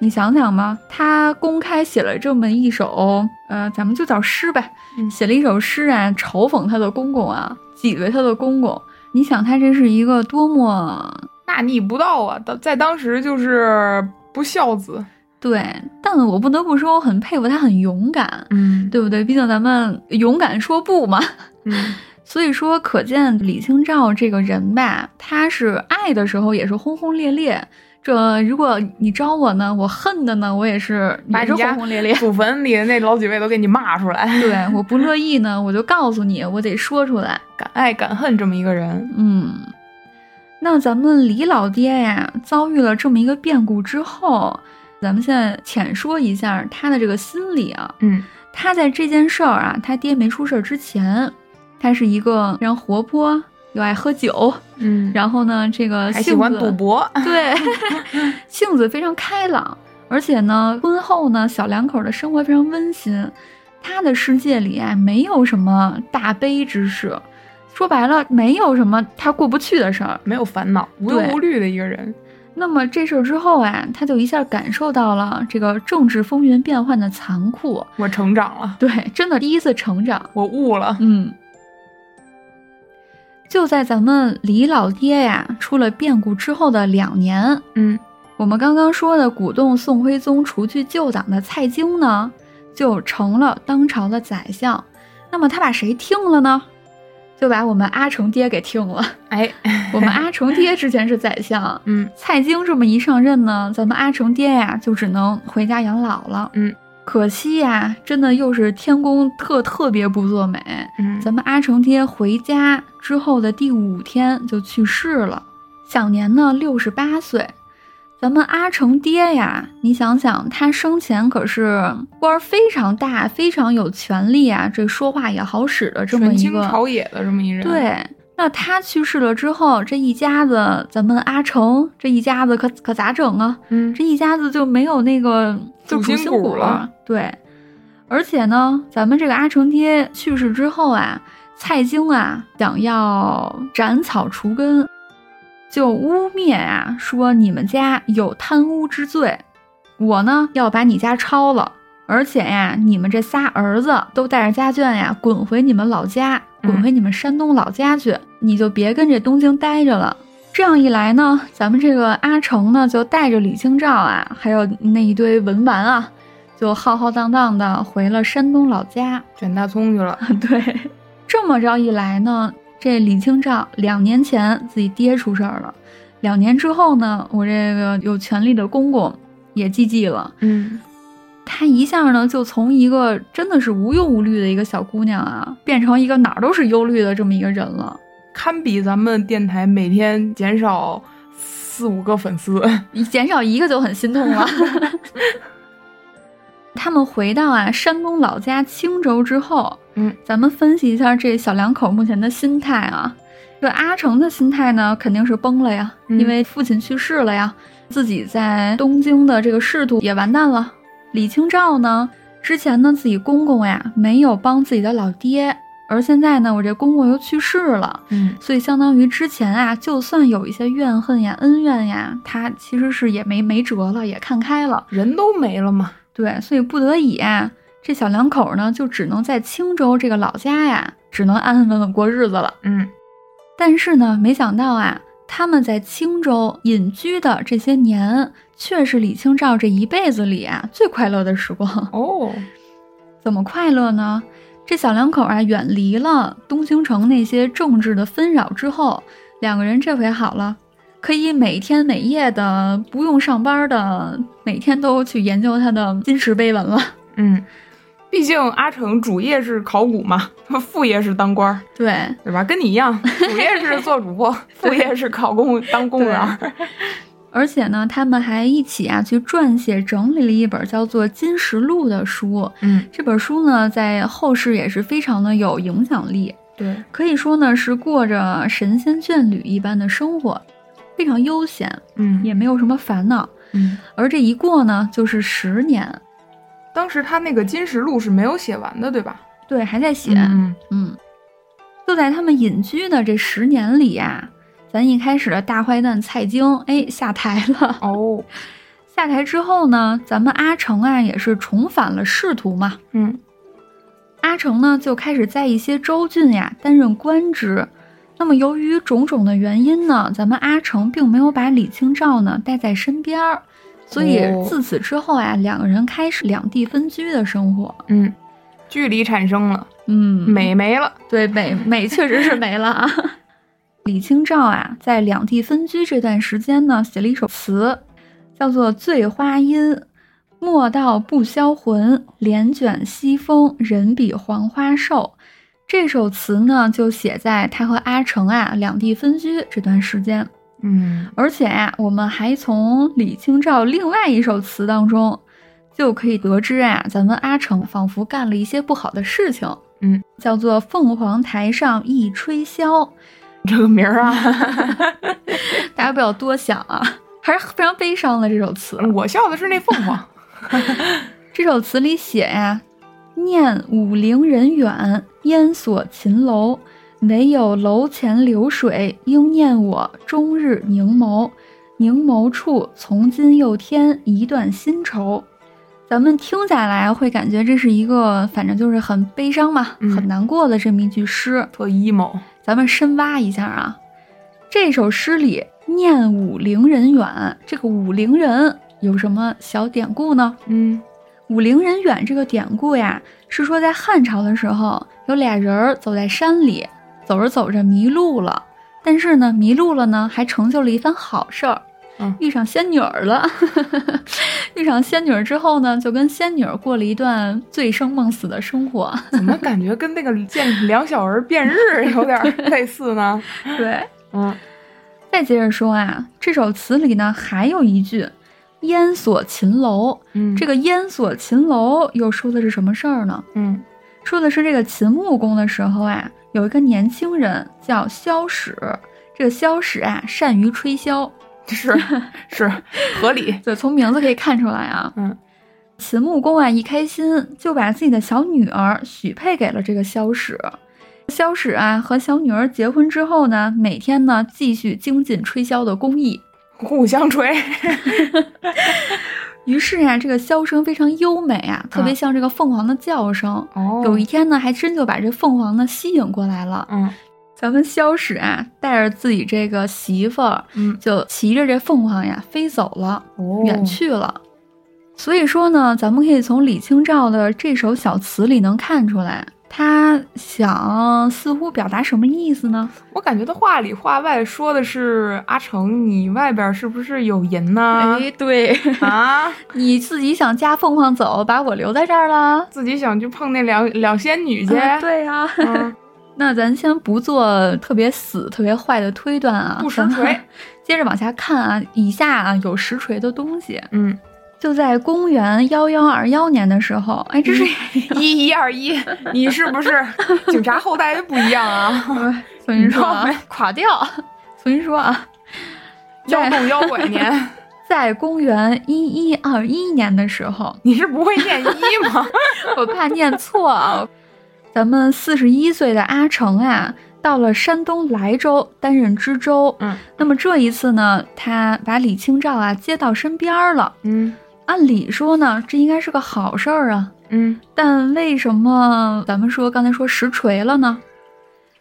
Speaker 2: 你想想吧，他公开写了这么一首，呃，咱们就叫诗呗，
Speaker 1: 嗯
Speaker 2: 写了一首诗啊，嘲讽他的公公啊，挤兑他的公公。你想，他这是一个多么
Speaker 1: 大逆不道啊！当在当时就是不孝子，
Speaker 2: 对？但我不得不说，我很佩服他，很勇敢，
Speaker 1: 嗯
Speaker 2: 对不对？毕竟咱们勇敢说不嘛。
Speaker 1: 嗯
Speaker 2: 所以说，可见李清照这个人吧，她是爱的时候也是轰轰烈烈。这如果你招我呢，我恨的呢，我也是
Speaker 1: 把
Speaker 2: 也是
Speaker 1: 你家。
Speaker 2: 轰轰烈烈
Speaker 1: 祖坟里的那老几位都给你骂出 来，
Speaker 2: 对我不乐意呢，我就告诉你，我得说出来。
Speaker 1: 敢爱敢恨这么一个人，
Speaker 2: 嗯，那咱们李老爹呀，遭遇了这么一个变故之后，咱们现在浅说一下他的这个心理啊。
Speaker 1: 嗯
Speaker 2: 他在这件事儿啊，他爹没出事儿之前，他是一个非常活泼又爱喝酒，
Speaker 1: 嗯，
Speaker 2: 然后呢，这个
Speaker 1: 还
Speaker 2: 性
Speaker 1: 喜
Speaker 2: 子
Speaker 1: 欢赌，博，
Speaker 2: 对，性子非常开朗，而且呢，婚后呢，小两口的生活非常温馨。他的世界里啊，没有什么大悲之事，说白了，没有什么他过不去的事儿。
Speaker 1: 没有烦恼，无忧
Speaker 2: 对
Speaker 1: 无虑的一个人，
Speaker 2: 那么这事儿之后啊，他就一下感受到了这个政治风云变幻的残酷。
Speaker 1: 我成长了，
Speaker 2: 对，真的第一次成长。
Speaker 1: 我悟了，
Speaker 2: 嗯，就在咱们李老爹呀出了变故之后的两年，
Speaker 1: 嗯
Speaker 2: 我们刚刚说的鼓动宋徽宗除去旧党的蔡京呢，就成了当朝的宰相。那么他把谁听了呢？就把我们阿成爹给听了。
Speaker 1: 哎，
Speaker 2: 我们阿成爹之前是宰相，
Speaker 1: 嗯
Speaker 2: 蔡京这么一上任呢，咱们阿成爹呀就只能回家养老了。
Speaker 1: 嗯，
Speaker 2: 可惜呀，真的又是天公特特别不作美，
Speaker 1: 嗯，
Speaker 2: 咱们阿成爹回家之后的第五天就去世了，享年呢六十八岁。咱们阿成爹呀，你想想，他生前可是官儿非常大、非常有权力啊，这说话也好使的这么
Speaker 1: 权
Speaker 2: 一
Speaker 1: 倾
Speaker 2: 个
Speaker 1: 朝野的这么一人，，
Speaker 2: 对，那他去世了之后，这一家子，咱们阿成这一家子可可咋整啊？
Speaker 1: 嗯
Speaker 2: 这一家子就没有那个就
Speaker 1: 主心
Speaker 2: 主心
Speaker 1: 骨
Speaker 2: 骨
Speaker 1: 了。
Speaker 2: 对，而且呢，咱们这个阿成爹去世之后啊，蔡京啊想要斩草除根，就污蔑啊说你们家有贪污之罪，我呢要把你家抄了。而且呀，你们这仨儿子都带着家眷呀，滚回你们老家，
Speaker 1: 嗯
Speaker 2: 滚回你们山东老家去，你就别跟这东京待着了。这样一来呢，咱们这个阿成呢，就带着李清照啊，还有那一堆文玩啊，就浩浩荡荡的回了山东老家。
Speaker 1: 卷大葱去了。
Speaker 2: 啊对，这么着一来呢，这李清照两年前自己爹出事儿了，两年之后呢，我这个有权力的公公也继继了。
Speaker 1: 嗯，
Speaker 2: 她一下呢，就从一个真的是无忧无虑的一个小姑娘啊，变成一个哪儿都是忧虑的这么一个人了。
Speaker 1: 堪比咱们电台每天减少四五个粉丝。
Speaker 2: 你减少一个就很心痛了。 他们回到啊山东老家青州之后，
Speaker 1: 嗯，
Speaker 2: 咱们分析一下这小两口目前的心态啊。这阿成的心态呢，肯定是崩了呀，
Speaker 1: 嗯
Speaker 2: 因为父亲去世了呀，自己在东京的这个仕途也完蛋了。李清照呢，之前呢自己公公呀没有帮自己的老爹，而现在呢我这公公又去世了，
Speaker 1: 嗯
Speaker 2: 所以相当于之前啊，就算有一些怨恨呀、恩怨呀，他其实是也没没辙了，也看开了。
Speaker 1: 人都没了嘛。
Speaker 2: 对，所以不得已啊，这小两口呢，就只能在青州这个老家呀，只能安安稳稳过日子了。
Speaker 1: 嗯
Speaker 2: 但是呢，没想到啊，他们在青州隐居的这些年，却是李清照这一辈子里啊最快乐的时光。
Speaker 1: 哦，
Speaker 2: 怎么快乐呢？这小两口啊，远离了东京城那些政治的纷扰之后，两个人这回好了，可以每天每夜的不用上班的，每天都去研究他的金石碑文了。
Speaker 1: 嗯，毕竟阿成主业是考古嘛，副业是当官儿，
Speaker 2: 对，
Speaker 1: 对吧？跟你一 样，主业是做主播，副业是考公当公务员儿。
Speaker 2: 而且呢，他们还一起啊去撰写整理了一本叫做《金石录》的书。
Speaker 1: 嗯，
Speaker 2: 这本书呢，在后世也是非常的有影响力，
Speaker 1: 对，
Speaker 2: 可以说呢是过着神仙眷侣一般的生活，非常悠闲，
Speaker 1: 嗯
Speaker 2: 也没有什么烦恼。
Speaker 1: 嗯，
Speaker 2: 而这一过呢，就是十年，
Speaker 1: 当时他那个《金石录》是没有写完的，对吧？
Speaker 2: 对，还在写，
Speaker 1: 嗯
Speaker 2: 嗯就在他们隐居的这十年里呀、咱一开始的大坏蛋蔡京，哎，下台了。
Speaker 1: 哦，
Speaker 2: 下台之后呢，咱们阿成啊也是重返了仕途嘛。
Speaker 1: 嗯
Speaker 2: 阿成呢就开始在一些州郡呀担任官职。那么由于种种的原因呢，咱们阿成并没有把李清照呢带在身边儿，所以
Speaker 1: 哦
Speaker 2: 自此之后呀，两个人开始两地分居的生活。
Speaker 1: 嗯，距离产生了，
Speaker 2: 嗯，
Speaker 1: 美没了。
Speaker 2: 对，美美确实是没了啊。 李清照啊，在两地分居这段时间呢，写了一首词，叫做《醉花阴》。莫道不销魂，帘卷西风，人比黄花瘦。这首词呢，就写在他和阿成啊两地分居这段时间。
Speaker 1: 嗯，
Speaker 2: 而且呀、我们还从李清照另外一首词当中，就可以得知啊，咱们阿成仿佛干了一些不好的事情，
Speaker 1: 嗯，
Speaker 2: 叫做“凤凰台上一吹箫
Speaker 1: 这个名儿啊，”，
Speaker 2: 大家不要多想啊，还是非常悲伤的这首词。
Speaker 1: 我笑的是那凤凰。
Speaker 2: 这首词里写呀、念武陵人远，烟锁秦楼。唯有楼前流水，应念我终日凝眸。凝眸处，从今又添一段新愁。咱们听下来会感觉这是一个，反正就是很悲伤嘛，
Speaker 1: 嗯
Speaker 2: 很难过的这么一句诗。
Speaker 1: 特 emo，
Speaker 2: 咱们深挖一下啊，这首诗里“念武陵人远”这个武陵人有什么小典故呢？
Speaker 1: 嗯
Speaker 2: 武陵人远这个典故呀，是说在汉朝的时候，有俩人儿走在山里，走着走着迷路了。但是呢，迷路了呢，还成就了一番好事儿，
Speaker 1: 嗯
Speaker 2: 遇上仙女儿了。 遇上仙女儿之后呢，就跟仙女儿过了一段醉生梦死的生活。
Speaker 1: 怎么感觉跟那个见两小儿辩日有 点儿类似呢？
Speaker 2: 对，
Speaker 1: 嗯，
Speaker 2: 再接着说啊，这首词里呢还有一句“烟锁秦楼”，
Speaker 1: 嗯
Speaker 2: 这个“烟锁秦楼”又说的是什么事儿呢？
Speaker 1: 嗯
Speaker 2: 说的是这个秦穆公的时候啊，有一个年轻人叫萧史，这个萧史啊善于吹箫，
Speaker 1: 是是合理，
Speaker 2: 对，从名字可以看出来啊。
Speaker 1: 嗯，
Speaker 2: 秦穆公啊一开心就把自己的小女儿许配给了这个萧史。萧史啊和小女儿结婚之后呢，每天呢继续精进吹箫的工艺。
Speaker 1: 互相锤。
Speaker 2: 于是啊，这个箫声非常优美啊，特别像这个凤凰的叫声。
Speaker 1: 哦，
Speaker 2: 有一天呢，还真就把这凤凰呢吸引过来了。
Speaker 1: 嗯
Speaker 2: 咱们萧史啊，带着自己这个媳妇儿，
Speaker 1: 嗯
Speaker 2: 就骑着这凤凰呀飞走了，
Speaker 1: 哦
Speaker 2: 远去了。所以说呢，咱们可以从李清照的这首小词里能看出来，他想似乎表达什么意思呢？
Speaker 1: 我感觉他话里话外说的是阿成，你外边是不是有人呢？
Speaker 2: 哎， 对，
Speaker 1: 啊，
Speaker 2: 你自己想夹凤凰走，把我留在这儿了。
Speaker 1: 自己想去碰那两两仙女去？
Speaker 2: 啊对呀、
Speaker 1: 嗯，
Speaker 2: 那咱先不做特别死、特别坏的推断啊，
Speaker 1: 不实
Speaker 2: 咱们
Speaker 1: 锤。
Speaker 2: 接着往下看啊，以下啊有实锤的东西。
Speaker 1: 嗯，
Speaker 2: 就在公元幺幺二幺年的时候，哎，这是、
Speaker 1: 一一二一，你是 不是警察后代不一样啊？
Speaker 2: 重新说啊，垮 掉，重新说啊，
Speaker 1: 妖动妖拐年，
Speaker 2: 在公元一一二一年的时候，
Speaker 1: 你是不会念一吗？
Speaker 2: 我怕念错啊。咱们四十一岁的阿成啊，到了山东莱州担任知州。
Speaker 1: 嗯，
Speaker 2: 那么这一次呢，他把李清照啊接到身边儿了。
Speaker 1: 嗯
Speaker 2: 按理说呢，这应该是个好事儿啊，
Speaker 1: 嗯，
Speaker 2: 但为什么咱们说刚才说实锤了呢？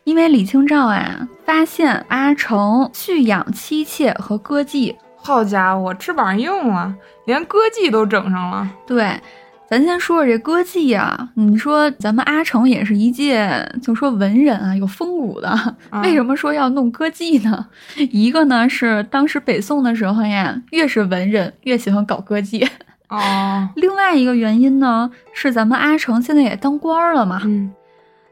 Speaker 2: 因为李清照啊，发现阿成蓄养妻妾和歌妓。
Speaker 1: 好家伙，翅膀硬了，连歌妓都整上了。
Speaker 2: 对，咱先说说这歌妓啊，你说咱们阿成也是一介就说文人啊，有风骨的，
Speaker 1: 啊
Speaker 2: 为什么说要弄歌妓呢？一个呢是当时北宋的时候呀，越是文人越喜欢搞歌妓；
Speaker 1: 哦，
Speaker 2: 另外一个原因呢是咱们阿成现在也当官儿了嘛，
Speaker 1: 嗯，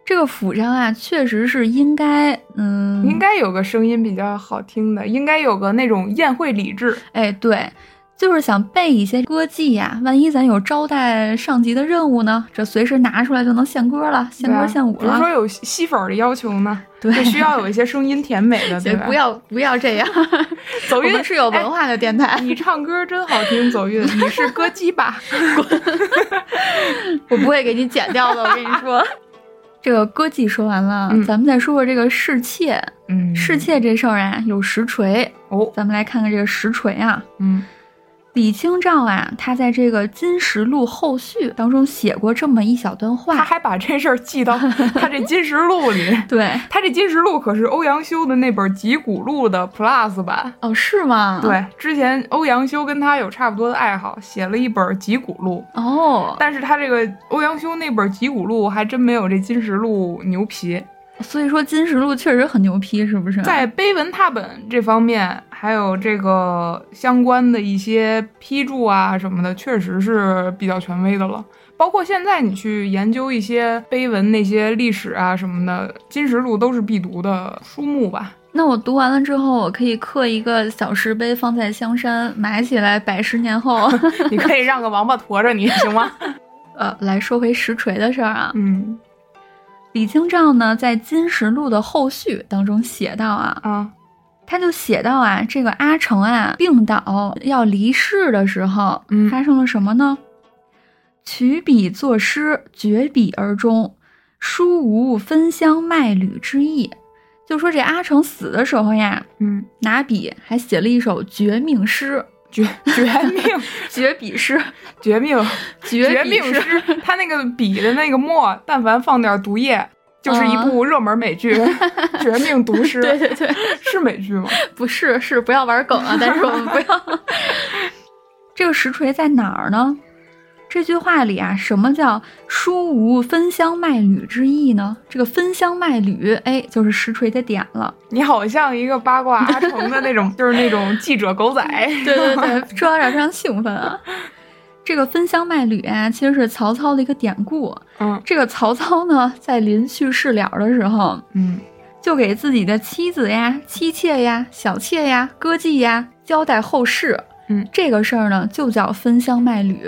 Speaker 2: 这个府上啊，确实是应该，嗯，
Speaker 1: 应，该有个声音比较好听的，应该有个那种宴会礼制。
Speaker 2: 哎，对，就是想备一些歌妓呀、万一咱有招待上级的任务呢，这随时拿出来就能献歌了，献
Speaker 1: 对
Speaker 2: 歌
Speaker 1: 啊
Speaker 2: 献舞
Speaker 1: 比如
Speaker 2: 了
Speaker 1: 说。有吸吸粉儿的要求呢，
Speaker 2: 对
Speaker 1: 就需要有一些声音甜美的，对
Speaker 2: 姐
Speaker 1: 吧？
Speaker 2: 不要不要这样，
Speaker 1: 走
Speaker 2: 我
Speaker 1: 运哎
Speaker 2: 们是有文化的电台，
Speaker 1: 你唱歌真好听，走 运，你是歌姬吧？
Speaker 2: 我不会给你剪掉的。我跟你说， 这个歌妓说完了，
Speaker 1: 嗯
Speaker 2: 咱们再说说这个侍妾。
Speaker 1: 嗯
Speaker 2: 侍妾这事儿啊，有实锤，
Speaker 1: 哦，
Speaker 2: 咱们来看看这个实锤啊。
Speaker 1: 嗯
Speaker 2: 李清照啊，她在这个《金石录》后续当中写过这么一小段
Speaker 1: 他
Speaker 2: 话，
Speaker 1: 还把这事儿记 到他这《金石录》里。
Speaker 2: 对，
Speaker 1: 他这《金石录》可是欧阳修的那本《集古录》的 Plus 版。
Speaker 2: 哦，是吗？，
Speaker 1: 对，之前欧阳修跟他有差不多的爱好，写了一本《集古录》，
Speaker 2: 哦，
Speaker 1: 但是他这个欧阳修那本《集古录》还真没有这《金石录》牛皮，
Speaker 2: 所以说《金石录》确实很牛批，是不是？
Speaker 1: 在碑文拓本这方面，还有这个相关的一些批注啊什么的，确实是比较权威的了。包括现在你去研究一些碑文那些历史啊什么的，《金石录》都是必读的书目吧。
Speaker 2: 那我读完了之后，我可以刻一个小石碑放在香山，埋起来，百十年 后。
Speaker 1: 你可以让个王八驮着你，行吗？
Speaker 2: 呃，来说回实锤的事儿啊，
Speaker 1: 嗯
Speaker 2: 李清照呢，在《金石录》的后续当中写到啊，
Speaker 1: 啊，
Speaker 2: 他就写到啊，这个阿成啊病倒要离世的时候，
Speaker 1: 嗯
Speaker 2: 发生了什么呢？取笔作诗，绝笔而终，书无分香卖履之意。就说这阿成死的时候呀，
Speaker 1: 嗯，
Speaker 2: 拿笔还写了一首绝命诗，
Speaker 1: 绝绝命
Speaker 2: 绝笔诗，
Speaker 1: 绝命
Speaker 2: 绝
Speaker 1: 绝
Speaker 2: 笔
Speaker 1: 命
Speaker 2: 诗。
Speaker 1: 师，他那个笔的那个墨，但凡放点毒液，就是一部热门美 剧《绝命毒师》。
Speaker 2: 啊对对对，
Speaker 1: 是美剧吗？
Speaker 2: 不是是不要玩梗啊，但是我们不要。 这个实锤在哪儿呢？这句话里啊，什么叫“书无分香卖履之意”呢？这个“分香卖履”，哎，就是实锤的点了。
Speaker 1: 你好像一个八卦阿成的那种， 就是那种记者狗仔。
Speaker 2: 对对对，说 到这儿非常兴奋啊。这个“分香卖履”啊，其实是曹操的一个典故。
Speaker 1: 嗯
Speaker 2: 这个曹操呢，在临去世了的时候，
Speaker 1: 嗯，
Speaker 2: 就给自己的妻子呀、妻妾呀、小妾呀、歌妓呀交代后事。
Speaker 1: 嗯，
Speaker 2: 这个事儿呢，就叫分香卖履。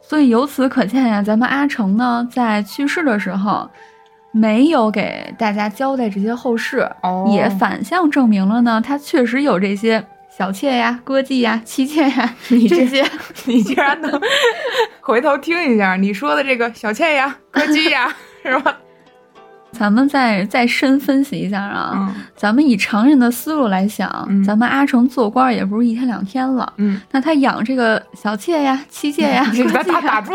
Speaker 2: 所以由此可见呀，咱们阿成呢，在去世的时候，没有给大家交代这些后事，
Speaker 1: 哦
Speaker 2: 也反向证明了呢，他确实有这些小妾呀、歌妓呀、妻妾呀
Speaker 1: 你
Speaker 2: 这
Speaker 1: 这
Speaker 2: 些。
Speaker 1: 你竟然 能 回头听一下你说的这个小倩呀、歌姬呀，是吧？
Speaker 2: 咱们再再深分析一下啊，
Speaker 1: 嗯
Speaker 2: 咱们以常人的思路来想，
Speaker 1: 嗯
Speaker 2: 咱们阿成做官也不是一天两天了，
Speaker 1: 嗯，
Speaker 2: 那他养这个小妾呀、妻妾哎呀、
Speaker 1: 你把
Speaker 2: 官
Speaker 1: 他
Speaker 2: 妓
Speaker 1: 打
Speaker 2: 呀，
Speaker 1: 住，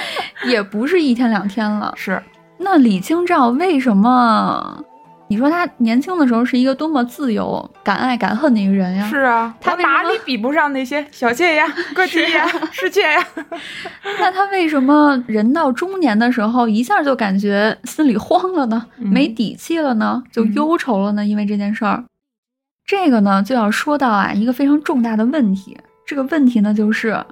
Speaker 2: 也不是一天两天了。
Speaker 1: 是
Speaker 2: 那李清照为什么？你说他年轻的时候是一个多么自由、敢爱敢恨的一个人呀？
Speaker 1: 是啊，
Speaker 2: 他
Speaker 1: 他
Speaker 2: 为什么啊
Speaker 1: 哪里比不上那些小妾呀、歌姬呀、侍妾呀？
Speaker 2: 那他为什么人到中年的时候一下就感觉心里慌了呢？
Speaker 1: 嗯
Speaker 2: 没底气了呢？就
Speaker 1: 嗯
Speaker 2: 忧愁了呢？因为这件事儿，这个呢就要说到啊一个非常重大的问题。这个问题呢就是，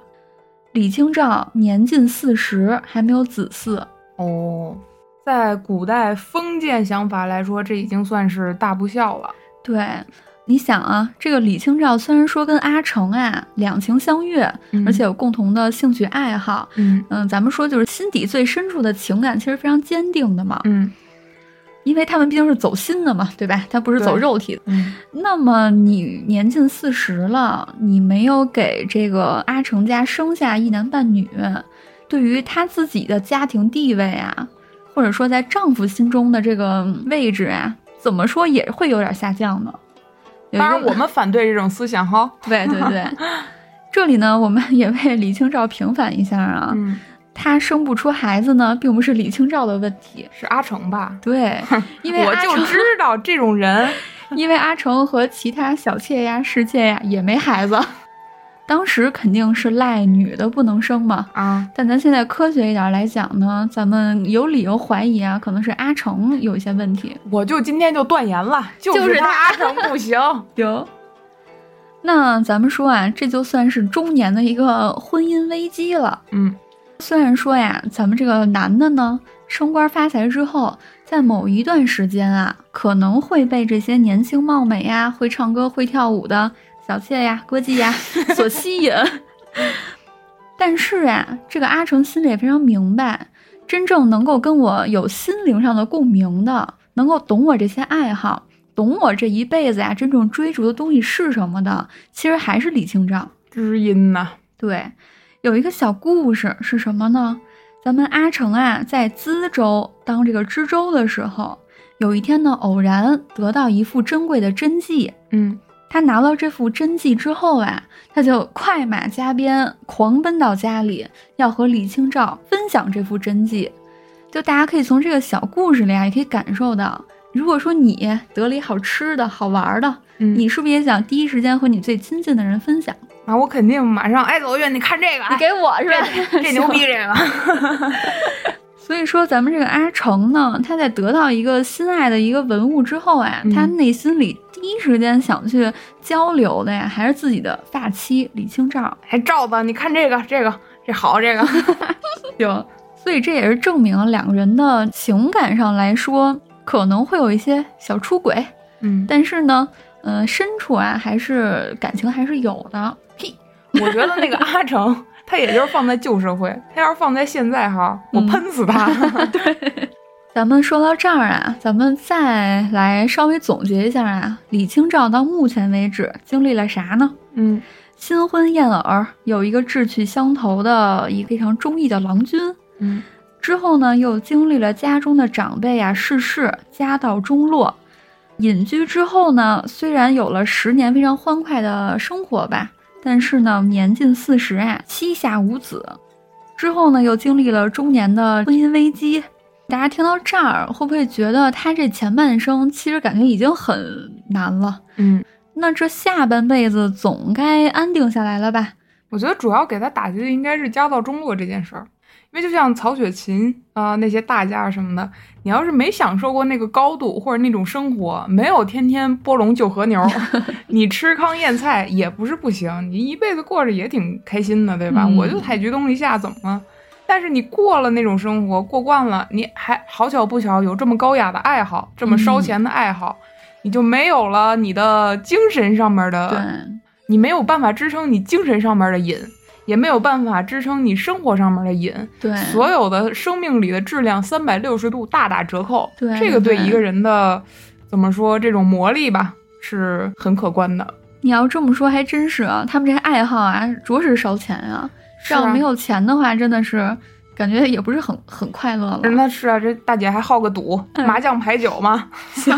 Speaker 2: 李清照年近四十还没有子嗣，
Speaker 1: 哦，在古代封建想法来说，这已经算是大不孝了。
Speaker 2: 对。你想啊，这个李清照虽然说跟阿城啊两情相悦，
Speaker 1: 嗯
Speaker 2: 而且，有共同的兴趣爱好，
Speaker 1: 嗯
Speaker 2: 嗯，咱们说就是心底最深处的情感其实非常坚定的嘛，
Speaker 1: 嗯
Speaker 2: 因为他们毕竟是走心的嘛，对吧？他不是走
Speaker 1: 对
Speaker 2: 肉体的。
Speaker 1: 嗯，
Speaker 2: 那么你年近四十了，你没有给这个阿成家生下一男半女，对于他自己的家庭地位啊，或者说在丈夫心中的这个位置啊，怎么说也会有点下降的。有一
Speaker 1: 当
Speaker 2: 个
Speaker 1: 然我们反对这种思想哈。
Speaker 2: 对对对，这里呢，我们也为李清照平反一下啊。
Speaker 1: 嗯，
Speaker 2: 她生不出孩子呢，并不是李清照的问题。
Speaker 1: 是阿成吧？
Speaker 2: 对，因为
Speaker 1: 我
Speaker 2: 阿
Speaker 1: 就
Speaker 2: 成
Speaker 1: 知道这种 人。
Speaker 2: 因为阿成和其他小妾呀、侍妾呀也没孩子，当时肯定是赖女的不能生嘛。
Speaker 1: 啊，
Speaker 2: 但咱现在科学一点来讲呢，咱们有理由怀疑啊，可能是阿成有一些问题。
Speaker 1: 我就今天就断言了，就
Speaker 2: 就是
Speaker 1: 他阿成不 行。
Speaker 2: 有。那咱们说啊，这就算是中年的一个婚姻危机了。
Speaker 1: 嗯
Speaker 2: 虽然说呀，咱们这个男的呢，升官发财之后，在某一段时间啊，可能会被这些年轻貌美呀、会唱歌、会跳舞的小妾呀、歌妓呀所吸引。但是啊，这个阿成心里也非常明白，真正能够跟我有心灵上的共鸣的，能够懂我这些爱好，懂我这一辈子呀真正追逐的东西是什么的，其实还是李清照。
Speaker 1: 知音呐、
Speaker 2: 对，有一个小故事是什么呢？咱们阿成啊，在资州当这个知州的时候，有一天呢，偶然得到一副珍贵的真迹。
Speaker 1: 嗯
Speaker 2: 他拿到这副真迹之后啊，他就快马加鞭，狂奔到家里，要和李清照分享这副真迹。就大家可以从这个小故事里啊，也可以感受到，如果说你得了一好吃的好玩的，
Speaker 1: 嗯，
Speaker 2: 你是不是也想第一时间和你最亲近的人分享？
Speaker 1: 啊，我肯定马上，哎，走远，你看这个，
Speaker 2: 你
Speaker 1: 哎
Speaker 2: 给我是吧？
Speaker 1: 这这牛逼，这个。
Speaker 2: 所以说，咱们这个阿成呢，他在得到一个心爱的一个文物之后啊，
Speaker 1: 嗯
Speaker 2: 他内心里第一时间想去交流的呀，还是自己的发妻李清照。
Speaker 1: 哎，罩子，你看这个，这个，这好， 这个，
Speaker 2: 有，所以这也是证明了两个人的情感上来说，可能会有一些小出轨，
Speaker 1: 嗯，
Speaker 2: 但是呢，呃，深处啊，还是感情还是有的。
Speaker 1: 我觉得那个阿成，他也就是放在旧社会，他要是放在现在哈，我
Speaker 2: 嗯
Speaker 1: 喷死他。
Speaker 2: 咱们说到这儿啊，咱们再来稍微总结一下啊，李清照到目前为止经历了啥呢？
Speaker 1: 嗯
Speaker 2: 新婚燕尔，有一个志趣相投的、一个非常忠义的郎君。
Speaker 1: 嗯
Speaker 2: 之后呢，又经历了家中的长辈啊逝世，家道中落。隐居之后呢，虽然有了十年非常欢快的生活吧，但是呢，年近四十啊，膝下无子。之后呢，又经历了中年的婚姻危机。大家听到这儿，会不会觉得他这前半生其实感觉已经很难了？
Speaker 1: 嗯，
Speaker 2: 那这下半辈子总该安定下来了吧？
Speaker 1: 我觉得主要给他打击的应该是家道中落这件事儿，因为就像曹雪芹啊、那些大家什么的，你要是没享受过那个高度或者那种生活，没有天天剥龙救和 牛，你吃糠咽菜也不是不行，你一辈子过着也挺开心的，对吧？
Speaker 2: 嗯
Speaker 1: 我就采菊东篱下，怎么了？但是你过了那种生活，过惯了，你还好巧不巧有这么高雅的爱好，这么
Speaker 2: 嗯
Speaker 1: 烧钱的爱好，你就没有了你的精神上面的
Speaker 2: 对，
Speaker 1: 你没有办法支撑你精神上面的瘾，也没有办法支撑你生活上面的瘾，
Speaker 2: 对，
Speaker 1: 所有的生命里的质量三百六十度大打折扣。
Speaker 2: 对
Speaker 1: 这个对
Speaker 2: 对
Speaker 1: 一个人的怎么说这种磨砺吧，是很可观的。
Speaker 2: 你要这么说还真是啊，他们这爱好啊，着实烧钱啊。
Speaker 1: 是
Speaker 2: 要
Speaker 1: 啊
Speaker 2: 没有钱的话，真的是感觉也不是很很快乐了。
Speaker 1: 那是啊，这大姐还好个赌，
Speaker 2: 嗯
Speaker 1: 麻将牌九嘛。
Speaker 2: 行，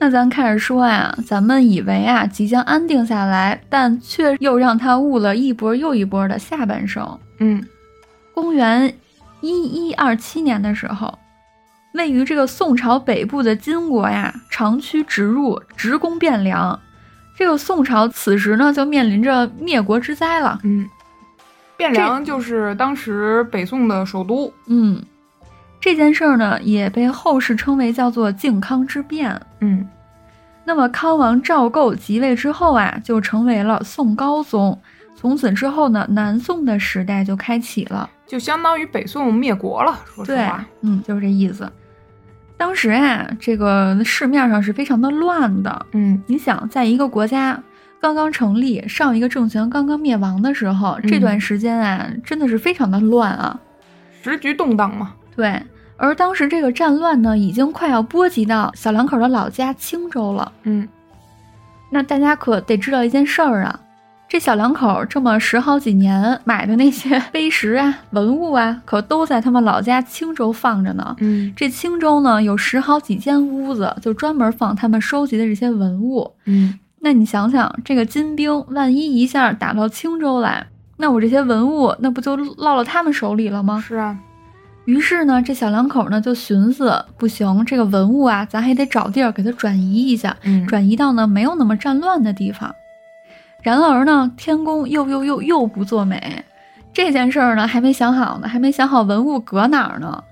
Speaker 2: 那咱开始说呀，咱们以为啊即将安定下来，但却又让他误了一波又一波的下半生。
Speaker 1: 嗯
Speaker 2: 公元一一二七年的时候，位于这个宋朝北部的金国呀，长驱直入，直攻汴梁。这个宋朝此时呢，就面临着灭国之灾了。
Speaker 1: 嗯，汴梁就是当时北宋的首都。
Speaker 2: 嗯，这件事儿呢，也被后世称为叫做靖康之变。
Speaker 1: 嗯
Speaker 2: 那么康王赵构即位之后啊，就成为了宋高宗。从此之后呢，南宋的时代就开启了。
Speaker 1: 就相当于北宋灭国了，说实
Speaker 2: 对
Speaker 1: 话。，
Speaker 2: 嗯，就是这意思。当时啊，这个市面上是非常的乱的。
Speaker 1: 嗯
Speaker 2: 你想，在一个国家刚刚成立、上一个政权刚刚灭亡的时候，这
Speaker 1: 嗯
Speaker 2: 段时间啊，真的是非常的乱啊。
Speaker 1: 时局动荡嘛。
Speaker 2: 对，而当时这个战乱呢，已经快要波及到小两口的老家青州了。
Speaker 1: 嗯
Speaker 2: 那大家可得知道一件事儿啊，这小两口这么十好几年买的那些 碑石啊、文物啊，可都在他们老家青州放着呢。
Speaker 1: 嗯
Speaker 2: 这青州呢，有十好几间屋子，就专门放他们收集的这些文物。
Speaker 1: 嗯，
Speaker 2: 那你想想，这个金兵万一一下打到青州来，那我这些文物那不就落到他们手里了吗？
Speaker 1: 是啊。
Speaker 2: 于是呢，这小两口呢就寻思，不行，这个文物啊，咱还得找地儿给它转移一下，
Speaker 1: 嗯，
Speaker 2: 转移到呢没有那么战乱的地方。然而呢，天宫又又又又不作美，这件事儿呢还没想好呢，还没想好文物搁哪儿呢。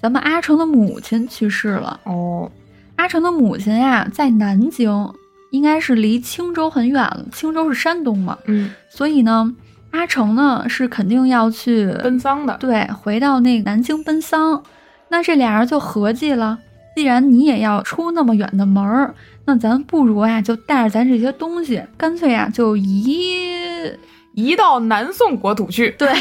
Speaker 2: 咱们阿成的母亲去世了，
Speaker 1: 哦，
Speaker 2: 阿成的母亲呀在南京，应该是离青州很远了，青州是山东嘛，
Speaker 1: 嗯，
Speaker 2: 所以呢，阿成呢是肯定要去
Speaker 1: 奔丧的。
Speaker 2: 对，回到那个南京奔丧。那这俩人就合计了，既然你也要出那么远的门儿，那咱不如啊，就带着咱这些东西，干脆啊就移。
Speaker 1: 移到南宋国土去。
Speaker 2: 对，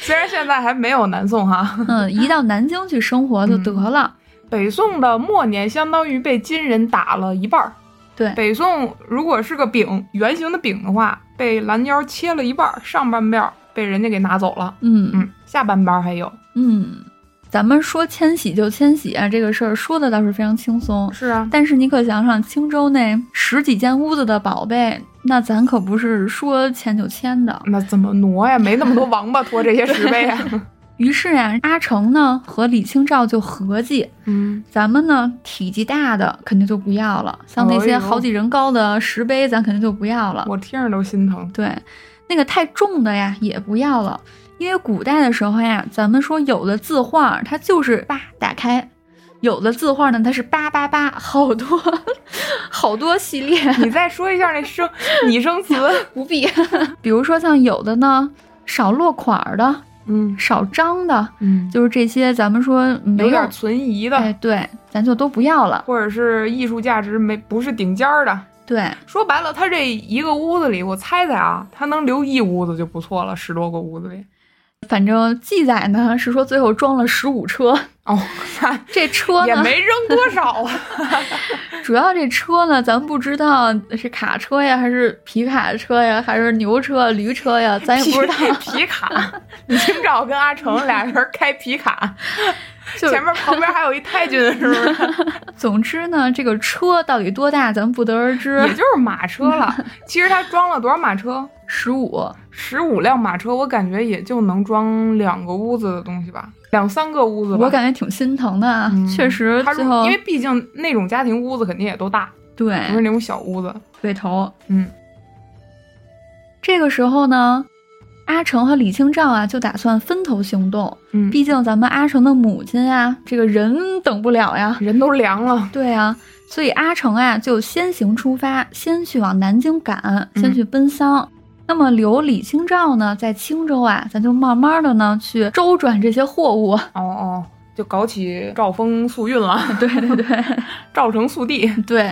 Speaker 1: 虽然现在还没有南宋哈，
Speaker 2: 嗯，移到南京去生活就得了。
Speaker 1: 北宋的末年相当于被金人打了一半儿。
Speaker 2: 对
Speaker 1: 北宋如果是个饼，圆形的饼的话，被拦腰切了一半儿，上半边儿被人家给拿走了，
Speaker 2: 嗯
Speaker 1: 嗯，下半边儿还有。
Speaker 2: 嗯，咱们说迁徙就迁徙啊，这个事儿说的倒是非常轻松，
Speaker 1: 是啊，
Speaker 2: 但是你可想想，青州那十几间屋子的宝贝，那咱可不是说迁就迁的。
Speaker 1: 那怎么挪呀？没那么多王八驮这些石碑 啊。
Speaker 2: 于是啊，阿成呢和李清照就合计，
Speaker 1: 嗯，
Speaker 2: 咱们呢体积大的肯定就不要了，像那
Speaker 1: 哎
Speaker 2: 些
Speaker 1: 呦
Speaker 2: 好几人高的石碑，咱肯定就不要了。
Speaker 1: 我听着都心疼。
Speaker 2: 对，那个太重的呀也不要了，因为古代的时候呀，咱们说有的字画它就是叭打开，有的字画呢它是叭叭叭，好多 好多系列。
Speaker 1: 你再说一下那生 拟声词。
Speaker 2: 无比， 比如说像有的呢，少落款儿的，
Speaker 1: 嗯
Speaker 2: 少章的，
Speaker 1: 嗯，
Speaker 2: 就是这些，咱们说没
Speaker 1: 有
Speaker 2: 有
Speaker 1: 点存疑的，
Speaker 2: 哎，对，咱就都不要了。
Speaker 1: 或者是艺术价值没不是顶尖儿的。
Speaker 2: 对，
Speaker 1: 说白了，他这一个屋子里，我猜猜啊，他能留一屋子就不错了，十多个屋子里。
Speaker 2: 反正记载呢是说最后装了十五车，
Speaker 1: 哦，
Speaker 2: 这车
Speaker 1: 也
Speaker 2: 呢，
Speaker 1: 没扔多少 啊。
Speaker 2: 主要这车呢，咱不知道是卡车呀，还是皮卡车呀，还是牛车、驴车呀，咱也哎 不知道。
Speaker 1: 皮皮卡，李清照跟阿成俩人开皮卡，
Speaker 2: 就
Speaker 1: 前面旁边还有一太君，是不是？
Speaker 2: 总之呢，这个车到底多大，咱们不得而知
Speaker 1: 也。就是马车了。其实他装了多少马车？
Speaker 2: 十五，
Speaker 1: 十五辆马车，我感觉也就能装两个屋子的东西吧，两三个屋子吧。
Speaker 2: 我感觉挺心疼的啊，
Speaker 1: 嗯
Speaker 2: 确实
Speaker 1: 他
Speaker 2: 最
Speaker 1: 如
Speaker 2: 后
Speaker 1: 因为毕竟那种家庭屋子肯定也都大，不是
Speaker 2: 对
Speaker 1: 那种小屋子。
Speaker 2: 对头。
Speaker 1: 嗯
Speaker 2: 这个时候呢，阿成和李清照啊就打算分头行动，
Speaker 1: 嗯，
Speaker 2: 毕竟咱们阿成的母亲啊，这个人等不了呀。
Speaker 1: 人都凉了。
Speaker 2: 对啊，所以阿成啊就先行出发，先去往南京赶，先去奔丧。那么留李清照呢，在青州啊，咱就慢慢的呢去周转这些货物。
Speaker 1: 哦哦，就搞起赵风宿运了，
Speaker 2: 对对对
Speaker 1: 赵成宿地。
Speaker 2: 对。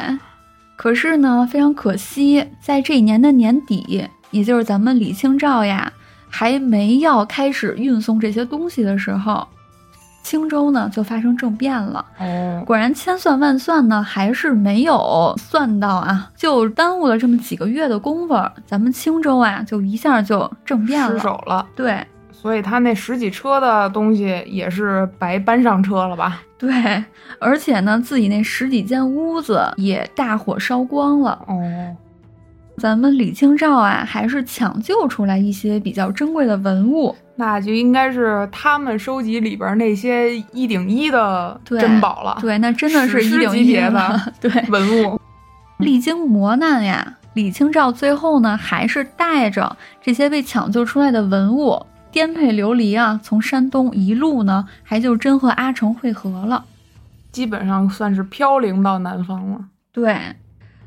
Speaker 2: 可是呢，非常可惜，在这一年的年底，也就是咱们李清照呀还没要开始运送这些东西的时候，青州呢就发生政变了。
Speaker 1: 哦，
Speaker 2: 果然千算万算呢，还是没有算到啊，就耽误了这么几个月的功夫儿，咱们青州啊，就一下就政变
Speaker 1: 失
Speaker 2: 了。
Speaker 1: 手了。
Speaker 2: 对，
Speaker 1: 所以他那十几车的东西也是白搬上车了吧？
Speaker 2: 对，而且呢，自己那十几间屋子也大火烧光了。
Speaker 1: 哦，
Speaker 2: 咱们李清照啊，还是抢救出来一些比较珍贵的文物。
Speaker 1: 那就应该是他们收集里边那些一顶一的
Speaker 2: 对
Speaker 1: 珍宝了，
Speaker 2: 对，那真的是
Speaker 1: 史
Speaker 2: 一
Speaker 1: 诗
Speaker 2: 顶
Speaker 1: 级
Speaker 2: 一
Speaker 1: 别
Speaker 2: 了
Speaker 1: 的。
Speaker 2: 对，
Speaker 1: 文物。
Speaker 2: 历经磨难呀，李清照最后呢，还是带着这些被抢救出来的文物，颠沛流离啊，从山东一路呢，还就真和阿城会合了。
Speaker 1: 基本上算是飘零到南方了。
Speaker 2: 对，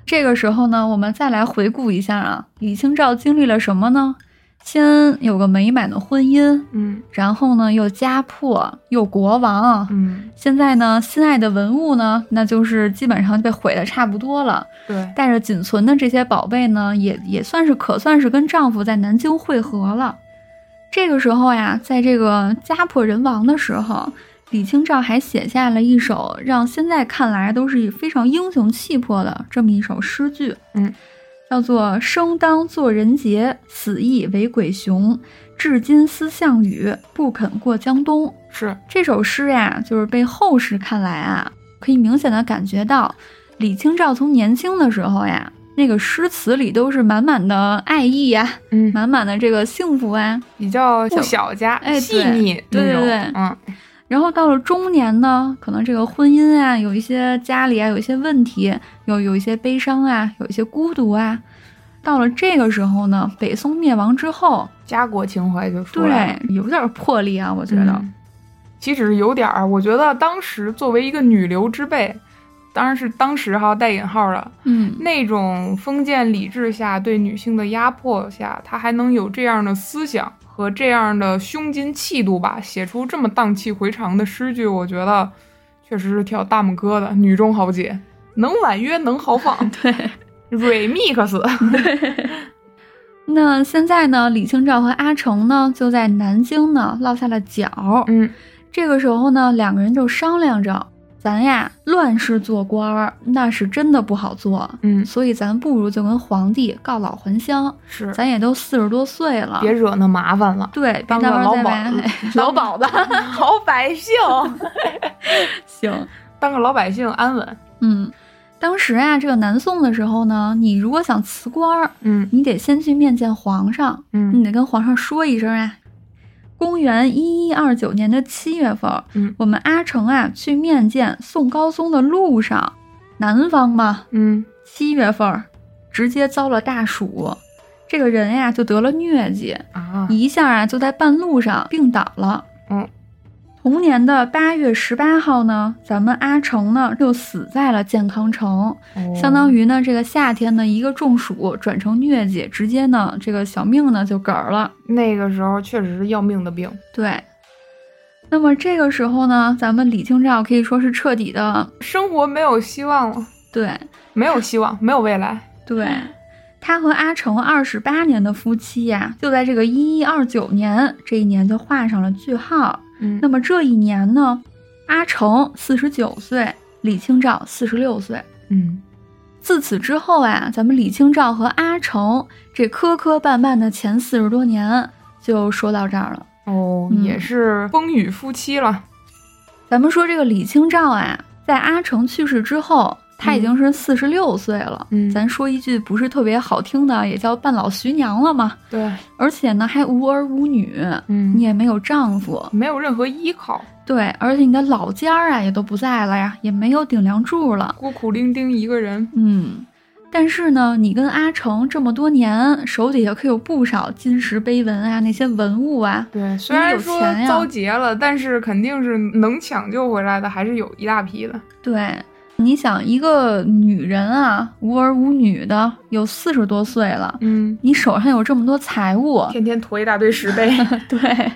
Speaker 2: 这个时候呢，我们再来回顾一下啊，李清照经历了什么呢？先有个美满的婚姻，
Speaker 1: 嗯
Speaker 2: 然后呢又家破又国亡，
Speaker 1: 嗯，
Speaker 2: 现在呢心爱的文物呢，那就是基本上被毁的差不多了。
Speaker 1: 对，
Speaker 2: 带着仅存的这些宝贝呢，也也算是可算是跟丈夫在南京会合了。这个时候呀，在这个家破人亡的时候，李清照还写下了一首让现在看来都是非常英雄气魄的这么一首诗句，
Speaker 1: 嗯，
Speaker 2: 叫做“生当作人杰，死亦为鬼雄。至今思项羽，不肯过江东。”
Speaker 1: 是
Speaker 2: 这首诗呀，就是被后世看来啊，可以明显的感觉到李清照从年轻的时候呀，那个诗词里都是满满的爱意呀、
Speaker 1: 嗯，
Speaker 2: 满满的这个幸福啊。
Speaker 1: 比较
Speaker 2: 不
Speaker 1: 小家，
Speaker 2: 哎
Speaker 1: 细腻
Speaker 2: 对
Speaker 1: 那种
Speaker 2: 对对对
Speaker 1: 嗯
Speaker 2: 然后到了中年呢，可能这个婚姻啊，有一些家里啊有一些问题，有有一些悲伤啊，有一些孤独啊。到了这个时候呢，北宋灭亡之后，
Speaker 1: 家国情怀就出来了。
Speaker 2: 对，有点魄力啊，我觉得。
Speaker 1: 嗯其实有点儿，我觉得当时作为一个女流之辈，当然是当时哈带引号的
Speaker 2: 嗯
Speaker 1: 那种封建礼制下对女性的压迫下，她还能有这样的思想和这样的胸襟气度吧，写出这么荡气回肠的诗句，我觉得确实是挺有大拇哥的，女中豪杰，能婉约，能豪放
Speaker 2: 对。
Speaker 1: ，remix，
Speaker 2: 那现在呢，李清照和阿城呢就在南京呢落下了脚。
Speaker 1: 嗯，
Speaker 2: 这个时候呢，两个人就商量着，咱呀乱世做官儿，那是真的不好做。
Speaker 1: 嗯
Speaker 2: 所以咱不如就跟皇帝告老还乡，
Speaker 1: 是，
Speaker 2: 咱也都四十多岁了，
Speaker 1: 嗯别惹那麻烦了，
Speaker 2: 对，别
Speaker 1: 当
Speaker 2: 到
Speaker 1: 个
Speaker 2: 时
Speaker 1: 老
Speaker 2: 候再
Speaker 1: 鸨
Speaker 2: 来
Speaker 1: 儿
Speaker 2: 老鸨子
Speaker 1: 好百姓，嗯
Speaker 2: 行。
Speaker 1: 当个老百姓安稳，
Speaker 2: 嗯，当时啊，这个南宋的时候呢，你如果想辞官儿，
Speaker 1: 嗯
Speaker 2: 你得先去面见皇上，
Speaker 1: 嗯
Speaker 2: 你得跟皇上说一声啊。公元一一二九年的七月份，
Speaker 1: 嗯
Speaker 2: 我们阿城啊去面见宋高宗的路上，南方嘛，
Speaker 1: 嗯，
Speaker 2: 七月份直接遭了大暑，这个人呀就得了疟疾，
Speaker 1: 啊，
Speaker 2: 一下啊就在半路上病倒了。
Speaker 1: 嗯，
Speaker 2: 同年的八月十八号呢，咱们阿城呢就死在了健康城，
Speaker 1: 哦
Speaker 2: 相
Speaker 1: 嗯
Speaker 2: 当
Speaker 1: 于
Speaker 2: 于呢这个夏天呢一个中暑转成疟疾，直接呢这个小命呢就嗝儿了。
Speaker 1: 那个时候确实是要命的病，
Speaker 2: 对。那么这个时候呢，咱们李清照可以说是彻底的，
Speaker 1: 生活没有希望了，
Speaker 2: 对
Speaker 1: 没有希望，没有未来，
Speaker 2: 对，她和阿城二十八年的夫妻呀、就在这个一一二九年这一年就画上了句号。
Speaker 1: 嗯
Speaker 2: 那么这一年呢，阿城四十九岁，李清照四十六岁。
Speaker 1: 嗯，
Speaker 2: 自此之后啊，咱们李清照和阿城这磕磕绊绊的前四十多年就说到这儿了。
Speaker 1: 哦，
Speaker 2: 嗯
Speaker 1: 也是风雨夫妻了，
Speaker 2: 咱们说这个李清照啊，在阿城去世之后，她已经是四十六岁了。
Speaker 1: 嗯
Speaker 2: 咱说一句不是特别好听的，也叫半老徐娘了嘛。
Speaker 1: 对，
Speaker 2: 而且呢，还无儿无女，
Speaker 1: 嗯
Speaker 2: 你，也没有丈夫，
Speaker 1: 没有任何依靠，
Speaker 2: 对，而且你的老家儿啊也都不在了呀，也没有顶梁柱了。
Speaker 1: 孤苦伶仃一个人，
Speaker 2: 嗯，但是呢，你跟阿成这么多年，手底下可有不少金石碑文啊，那些文物啊。
Speaker 1: 对，虽
Speaker 2: 你
Speaker 1: 然
Speaker 2: 有
Speaker 1: 说
Speaker 2: 钱呀
Speaker 1: 遭劫了，但是肯定是能抢救回来的，还是有一大批的，
Speaker 2: 对，你想一个女人啊，无儿无女的，有四十多岁了，
Speaker 1: 嗯，
Speaker 2: 你手上有这么多财 物，
Speaker 1: 天天驮一大堆石 碑，
Speaker 2: 对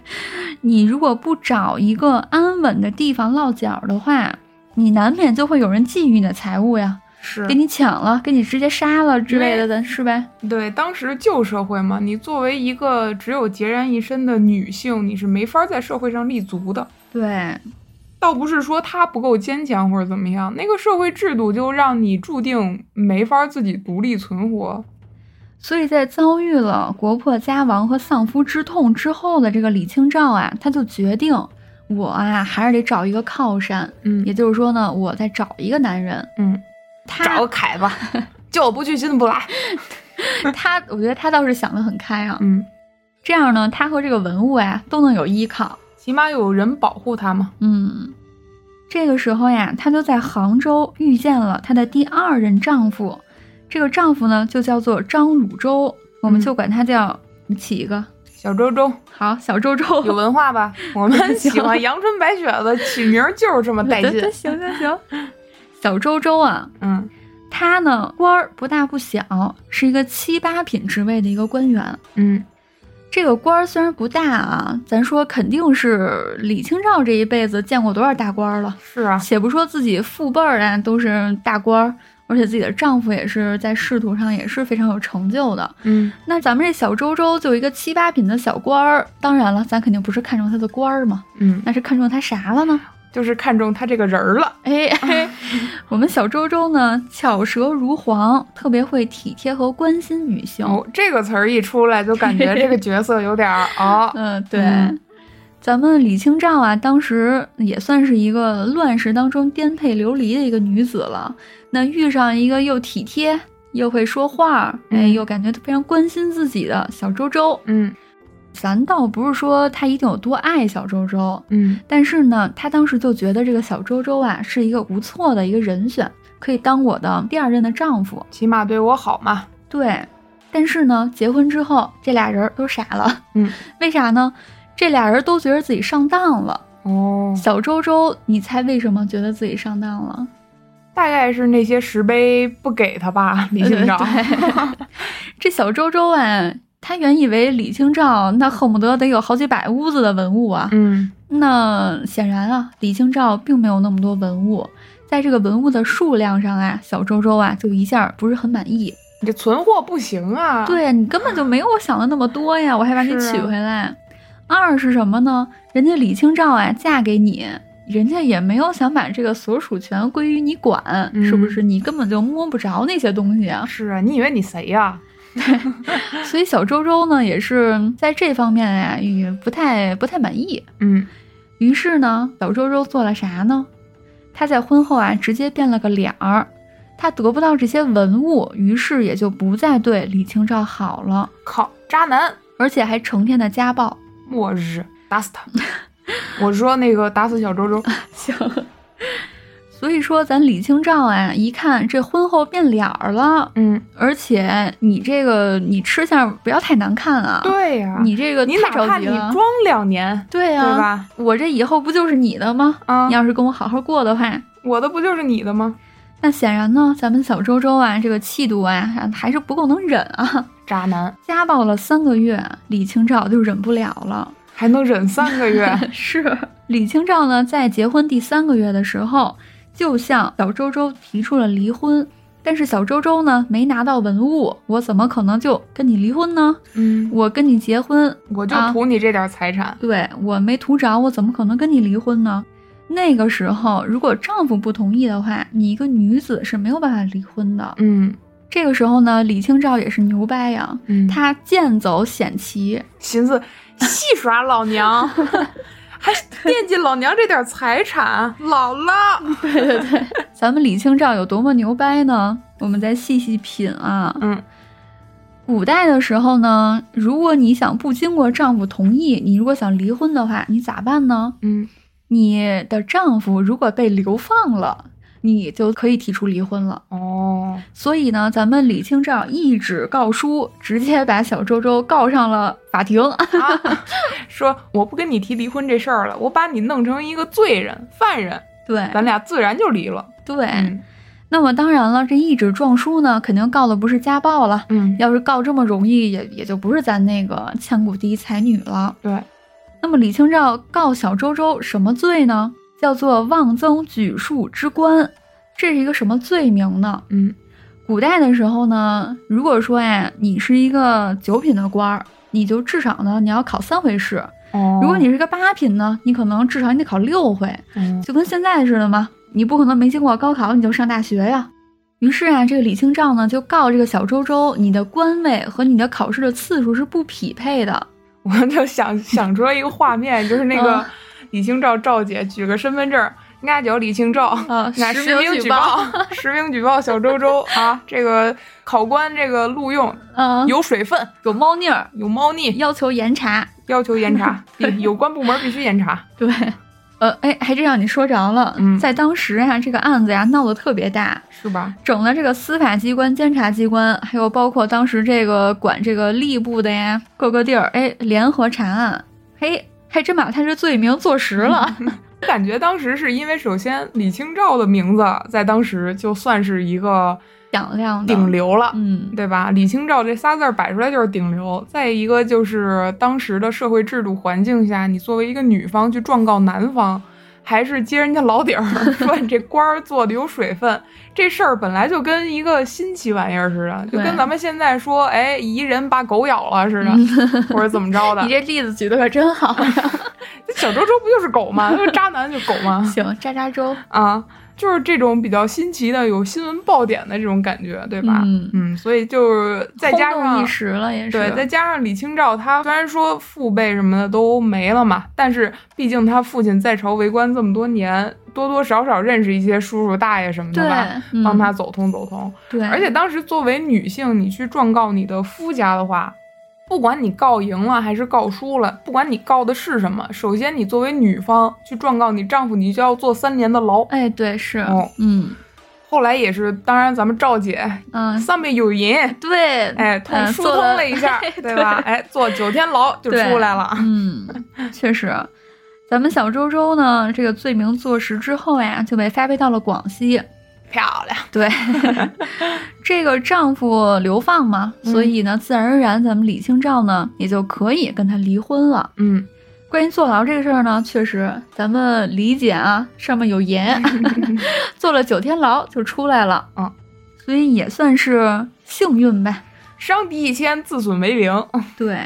Speaker 2: 你如果不找一个安稳的地方落脚的话，你难免就会有人觊觎你的财物呀，
Speaker 1: 是
Speaker 2: 给你抢了，给你直接杀了之类的，咱是呗？
Speaker 1: 对，当时旧社会嘛，你作为一个只有孑然一身的女性，你是没法在社会上立足的。
Speaker 2: 对，
Speaker 1: 倒不是说她不够坚强或者怎么样，那个社会制度就让你注定没法自己独立存活。
Speaker 2: 所以在遭遇了国破家亡和丧夫之痛之后的这个李清照啊，他就决定我啊还是得找一个靠山，
Speaker 1: 嗯
Speaker 2: 也就是说呢，我再找一个男人。
Speaker 1: 嗯，找
Speaker 2: 他
Speaker 1: 个凯 吧，叫我不去新不来。
Speaker 2: 他，我觉得他倒是想得很开啊，
Speaker 1: 嗯，
Speaker 2: 这样呢，他和这个文物啊都能有依靠。
Speaker 1: 起码有人保护他嘛。
Speaker 2: 嗯，这个时候呀，她就在杭州遇见了她的第二任丈夫，这个丈夫呢就叫做张汝舟，我们
Speaker 1: 嗯
Speaker 2: 就管他叫，你起一个
Speaker 1: 小周周
Speaker 2: 好小周周，
Speaker 1: 有文化 吧？我们喜欢阳春白雪的起名儿就是这么带
Speaker 2: 对
Speaker 1: 劲
Speaker 2: 对。行行行，小周周啊，
Speaker 1: 嗯
Speaker 2: 她呢官儿不大不小，是一个七八品职位的一个官员。
Speaker 1: 嗯
Speaker 2: 这个官儿虽然不大啊，咱说肯定是李清照这一辈子见过多少大官儿了。
Speaker 1: 是啊，
Speaker 2: 且不说自己父辈儿啊都是大官儿，而且自己的丈夫也是在仕途上也是非常有成就的。
Speaker 1: 嗯
Speaker 2: 那咱们这小周周就一个七八品的小官儿，当然了，咱肯定不是看中他的官儿嘛，
Speaker 1: 嗯，
Speaker 2: 那是看中他啥了呢？
Speaker 1: 就是看中他这个人儿了。
Speaker 2: 哎，嘿我们小周周呢，巧舌如簧，特别会体贴和关心女性。
Speaker 1: 哦，这个词儿一出来，就感觉这个角色有点 儿哦，
Speaker 2: 嗯，对。
Speaker 1: 嗯
Speaker 2: 咱们李清照啊，当时也算是一个乱世当中颠沛流离的一个女子了。那遇上一个又体贴又会说话，哎，
Speaker 1: 嗯
Speaker 2: 又感觉非常关心自己的小周周，
Speaker 1: 嗯
Speaker 2: 咱倒不是说她一定有多爱小周周，
Speaker 1: 嗯
Speaker 2: 但是呢，她当时就觉得这个小周周啊是一个不错的一个人选，可以当我的第二任的丈夫。
Speaker 1: 起码对我好嘛。
Speaker 2: 对，但是呢，结婚之后这俩人都傻了。
Speaker 1: 嗯，
Speaker 2: 为啥呢？这俩人都觉得自己上当了。
Speaker 1: 哦，
Speaker 2: 小周周，你猜为什么觉得自己上当了？
Speaker 1: 大概是那些石碑不给他吧，李 清照。
Speaker 2: 呃对这小周周啊，他原以为李清照那恨不得得有好几百屋子的文物啊。
Speaker 1: 嗯
Speaker 2: 那显然啊，李清照并没有那么多文物，在这个文物的数量上啊，小周周啊就一下不是很满意。
Speaker 1: 你这存货不行啊。，
Speaker 2: 对你根本就没有我想的那么多呀，我还把你
Speaker 1: 是啊
Speaker 2: 娶回来。二是什么呢？人家李清照啊，嫁给你，人家也没有想把这个所属权归于你管，
Speaker 1: 嗯
Speaker 2: 是不是？你根本就摸不着那些东 西啊。
Speaker 1: 是啊，你以为你谁呀、
Speaker 2: 所以小周周呢，也是在这方面呀、也不太不太满意。
Speaker 1: 嗯
Speaker 2: 于是呢，小周周做了啥呢？他在婚后啊，直接变了个脸儿。他得不到这些文物，于是也就不再对李清照好了，
Speaker 1: 靠，渣男，
Speaker 2: 而且还成天的家暴。
Speaker 1: 我日，打死他！我说那个打死小周 周，
Speaker 2: 行。所以说，咱李清照啊，一看这婚后变脸儿了，
Speaker 1: 嗯，
Speaker 2: 而且你这个你吃相不要太难看啊，
Speaker 1: 对呀、
Speaker 2: 你这个
Speaker 1: 你
Speaker 2: 太
Speaker 1: 哪
Speaker 2: 着
Speaker 1: 怕
Speaker 2: 急
Speaker 1: 你
Speaker 2: 了
Speaker 1: 装，两年，
Speaker 2: 对
Speaker 1: 对
Speaker 2: 呀、
Speaker 1: 吧？
Speaker 2: 我这以后不就是你的吗？
Speaker 1: 啊
Speaker 2: 你，要是跟我好好过的话，
Speaker 1: 我的不就是你的吗？
Speaker 2: 那显然呢，咱们小周周啊，这个气度啊，还是不够能忍啊。
Speaker 1: 渣男
Speaker 2: 家暴了三个月，李清照就忍不了了。
Speaker 1: 还能忍三个 月，
Speaker 2: 是李清照呢，在结婚第三个月的时候，就向小周周提出了离婚。但是小周周呢，没拿到文物，我怎么可能就跟你离婚呢？
Speaker 1: 嗯，
Speaker 2: 我跟你结婚，
Speaker 1: 我就
Speaker 2: 啊
Speaker 1: 图你这点财产，
Speaker 2: 对我没图着，我怎么可能跟你离婚呢？那个时候，如果丈夫不同意的话，你一个女子是没有办法离婚的。
Speaker 1: 嗯
Speaker 2: 这个时候呢，李清照也是牛掰呀，
Speaker 1: 嗯，
Speaker 2: 她剑走险棋，
Speaker 1: 寻思戏耍老 娘，还惦记老娘这点财产，老
Speaker 2: 嗯
Speaker 1: 了，
Speaker 2: 咱们李清照有多么牛掰呢？我们再细细品啊。
Speaker 1: 嗯，
Speaker 2: 古代的时候呢，如果你想不经过丈夫同意，你如果想离婚的话，你咋办呢？
Speaker 1: 嗯
Speaker 2: 你的丈夫如果被流放了，你就可以提出离婚了。
Speaker 1: 哦，
Speaker 2: 所以呢，咱们李清照一纸告书，直接把小周周告上了法庭。
Speaker 1: 啊，说我不跟你提离婚这事儿了，我把你弄成一个罪人、犯人，
Speaker 2: 对
Speaker 1: 咱俩自然就离了。
Speaker 2: 对、
Speaker 1: 嗯
Speaker 2: 那么当然了，这一纸状书呢，肯定告的不是家暴了。
Speaker 1: 嗯，
Speaker 2: 要是告这么容易，也也就不是咱那个千古第一才女了。
Speaker 1: 对，
Speaker 2: 那么李清照告小周周什么罪呢？叫做妄增举庶之官，这是一个什么罪名呢？
Speaker 1: 嗯
Speaker 2: 古代的时候呢，如果说呀，你是一个九品的官儿，你就至少呢你要考三回试；
Speaker 1: 哦，
Speaker 2: 如果你是个八品呢，你可能至少你得考六回，
Speaker 1: 嗯
Speaker 2: 就跟现在似的嘛，你不可能没经过高考你就上大学呀。于是啊，这个李清照呢就告这个小周周，你的官位和你的考试的次数是不匹配的。
Speaker 1: 我就想想出来一个画面，就是那
Speaker 2: 嗯
Speaker 1: 个李清照赵姐举个身份证，俺叫李清照，
Speaker 2: 啊，
Speaker 1: 拿
Speaker 2: 实名
Speaker 1: 举
Speaker 2: 报，，
Speaker 1: 实名举报小周周啊，这个考官这个录用
Speaker 2: 嗯，
Speaker 1: 有水分，
Speaker 2: 有猫腻儿，
Speaker 1: 有猫腻，
Speaker 2: 要求严查。
Speaker 1: 要求严查，有关部门必须严查。
Speaker 2: 对，呃，哎，还真让你说着了。
Speaker 1: 嗯
Speaker 2: 在当时啊，这个案子呀闹得特别大，
Speaker 1: 是吧？
Speaker 2: 整的这个司法机关、监察机关，还有包括当时这个管这个吏部的呀，各个地儿，哎，联合查案，嘿，还真把他这罪名坐实 了。
Speaker 1: 我感觉当时是因为，首先李清照的名字在当时就算是一个
Speaker 2: 响亮的，
Speaker 1: 顶流了，
Speaker 2: 嗯，
Speaker 1: 对吧？李清照这仨字儿摆出来就是顶流。再一个就是当时的社会制度环境下，你作为一个女方去状告男方，还是揭人家老底儿， 说你这官儿做的有水分，这事儿本来就跟一个新奇玩意儿似的，就
Speaker 2: 对
Speaker 1: 跟咱们现在说，哎，一人把狗咬了似 的，或者怎么着的
Speaker 2: 你。这例子举的可真 好呀。
Speaker 1: 这小周周不就是狗吗？就是渣男就狗吗？
Speaker 2: 行，渣渣周，
Speaker 1: 啊，就是这种比较新奇的、有新闻爆点的这种感觉，对吧？
Speaker 2: 嗯
Speaker 1: 所以就是再
Speaker 2: 轰
Speaker 1: 加
Speaker 2: 动
Speaker 1: 上
Speaker 2: 一时了，也是。
Speaker 1: 对，再加上李清照，她虽然说父辈什么的都没了嘛，但是毕竟她父亲在朝为官这么多年，多多少少认识一些叔叔大爷什么的
Speaker 2: 对
Speaker 1: 吧，，
Speaker 2: 嗯
Speaker 1: 帮她走通走通。
Speaker 2: 对，
Speaker 1: 而且当时作为女性，你去状告你的夫家的话，不管你告赢了还是告输了，不管你告的是什么，首先你作为女方去状告你丈夫，你就要坐三年的牢。
Speaker 2: 哎，对，是，
Speaker 1: 哦
Speaker 2: 嗯
Speaker 1: 后来也是，当然咱们赵姐
Speaker 2: 嗯，
Speaker 1: 上面有银，
Speaker 2: 对，
Speaker 1: 哎，通
Speaker 2: 嗯
Speaker 1: 疏
Speaker 2: 做
Speaker 1: 通
Speaker 2: 了
Speaker 1: 了一 下，对吧？哎，坐九天牢就
Speaker 2: 对
Speaker 1: 出来了。
Speaker 2: 嗯，确实，咱们小周周呢，这个罪名坐实之后呀，就被发配到了广西。
Speaker 1: 漂亮，
Speaker 2: 对，这个丈夫流放嘛，
Speaker 1: 嗯
Speaker 2: 所以呢，自然而然，咱们李清照呢也就可以跟他离婚了。
Speaker 1: 嗯，
Speaker 2: 关于坐牢这个事儿呢，确实咱们理解啊，上面有 言，坐了九天牢就出来了，
Speaker 1: 嗯，
Speaker 2: 所以也算是幸运呗。
Speaker 1: 伤敌一千，自损为零。
Speaker 2: 对。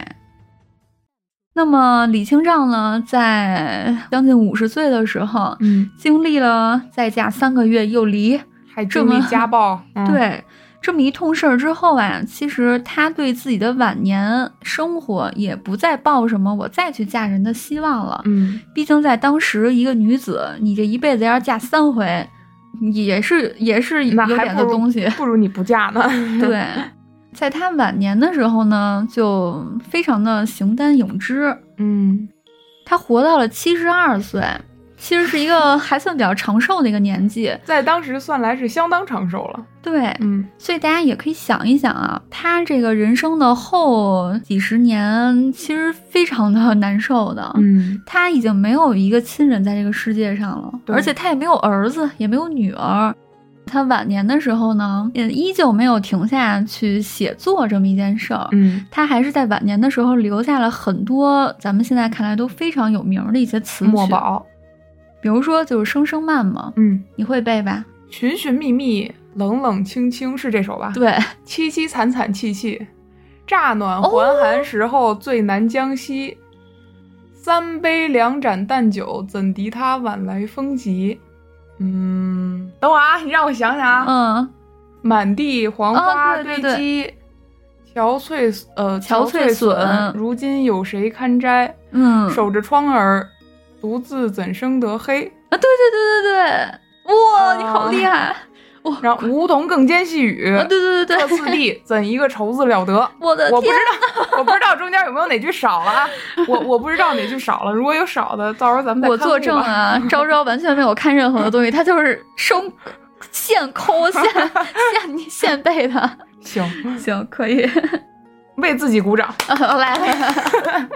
Speaker 2: 那么李清照呢，在将近五十岁的时候，
Speaker 1: 嗯，
Speaker 2: 经历了再嫁三个月又离，
Speaker 1: 还
Speaker 2: 这
Speaker 1: 经历
Speaker 2: 么
Speaker 1: 家暴，嗯、，
Speaker 2: 对这么一通事儿之后啊，其实她对自己的晚年生活也不再抱什么我再去嫁人的希望了。
Speaker 1: 嗯，
Speaker 2: 毕竟在当时，一个女子你这一辈子要是嫁三回，也是也是
Speaker 1: 那
Speaker 2: 有
Speaker 1: 还
Speaker 2: 点
Speaker 1: 不
Speaker 2: 的
Speaker 1: 如
Speaker 2: 东西。
Speaker 1: 不如你不嫁呢。
Speaker 2: 对，在她晚年的时候呢，就非常的形单影只。
Speaker 1: 嗯，
Speaker 2: 她活到了七十二岁，其实是一 个还算比较长寿的一个年纪。
Speaker 1: 在当时算来是相当长寿了。
Speaker 2: 对，
Speaker 1: 嗯
Speaker 2: 所以大家也可以想一想啊，她这个人生的后几十年其实非常的难受的。
Speaker 1: 嗯，
Speaker 2: 她已经没有一个亲人在这个世界上了，
Speaker 1: 对
Speaker 2: 而且她也没有儿子，也没有女儿。她晚年的时候呢，也依旧没有停下去写作这么一件事儿。
Speaker 1: 嗯，
Speaker 2: 她还是在晚年的时候留下了很多咱们现在看来都非常有名儿的一些词曲，
Speaker 1: 墨宝，
Speaker 2: 比如说就是《声声慢》嘛，
Speaker 1: 嗯，
Speaker 2: 你会背吧？
Speaker 1: 寻寻觅觅，冷冷清清是这首吧？，
Speaker 2: 对，
Speaker 1: 凄凄惨惨戚戚，乍暖还寒时候
Speaker 2: 哦
Speaker 1: 最难将息。三杯两盏淡酒，怎敌他晚来风急？嗯，等会儿啊，你让我想想啊。
Speaker 2: 嗯，
Speaker 1: 满地黄花
Speaker 2: 啊对
Speaker 1: 堆
Speaker 2: 对
Speaker 1: 积，憔悴呃
Speaker 2: 憔悴
Speaker 1: 悴
Speaker 2: 损
Speaker 1: 如今有谁堪摘？
Speaker 2: 嗯，
Speaker 1: 守着窗儿，独自怎生得黑？
Speaker 2: 啊，对对对对对，哇，
Speaker 1: 啊
Speaker 2: 你好厉害！哇，
Speaker 1: 然后梧桐更兼细雨，
Speaker 2: 啊，哦对对对
Speaker 1: 各
Speaker 2: 对，
Speaker 1: 次第，怎一个愁字了得？
Speaker 2: 我的
Speaker 1: 我不知
Speaker 2: 天，啊
Speaker 1: 道，我不知道中间有没有哪句少了 啊？我我不知道哪句少了，如果有少的，到时候咱们再
Speaker 2: 我
Speaker 1: 看
Speaker 2: 作
Speaker 1: 录
Speaker 2: 证
Speaker 1: 吧。
Speaker 2: 啊，昭昭完全没有看任何的东西，他就是生现抠现现你现背的，
Speaker 1: 行，
Speaker 2: 行，可 以，
Speaker 1: 为自己鼓掌。
Speaker 2: 来。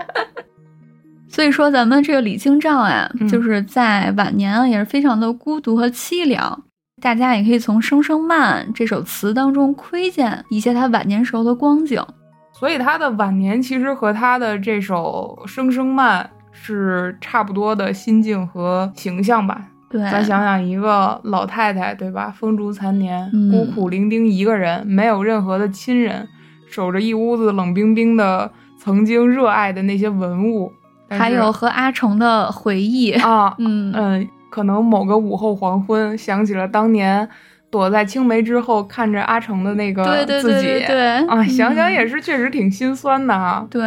Speaker 2: 所以说，咱们这个李清照啊，
Speaker 1: 嗯
Speaker 2: 就是在晚年啊，也是非常的孤独和凄凉。大家也可以从《声声慢》这首词当中窥见一些她晚年时候的光景。
Speaker 1: 所以他的晚年其实和他的这首《声声慢》是差不多的心境和形象吧。
Speaker 2: 对，
Speaker 1: 咱想想，一个老太太，对吧？风烛残年，
Speaker 2: 嗯
Speaker 1: 孤苦伶仃一个人，没有任何的亲人，守着一屋子冷冰冰的曾经热爱的那些文物，但是
Speaker 2: 还有和阿成的回忆。
Speaker 1: 啊，
Speaker 2: 嗯
Speaker 1: 嗯，可能某个午后黄昏，想起了当年躲在青梅之后，看着阿成的那个
Speaker 2: 对对
Speaker 1: 自
Speaker 2: 对
Speaker 1: 己
Speaker 2: 对嗯对，
Speaker 1: 啊，想想也
Speaker 2: 是
Speaker 1: 是确实挺心酸的啊。
Speaker 2: 对，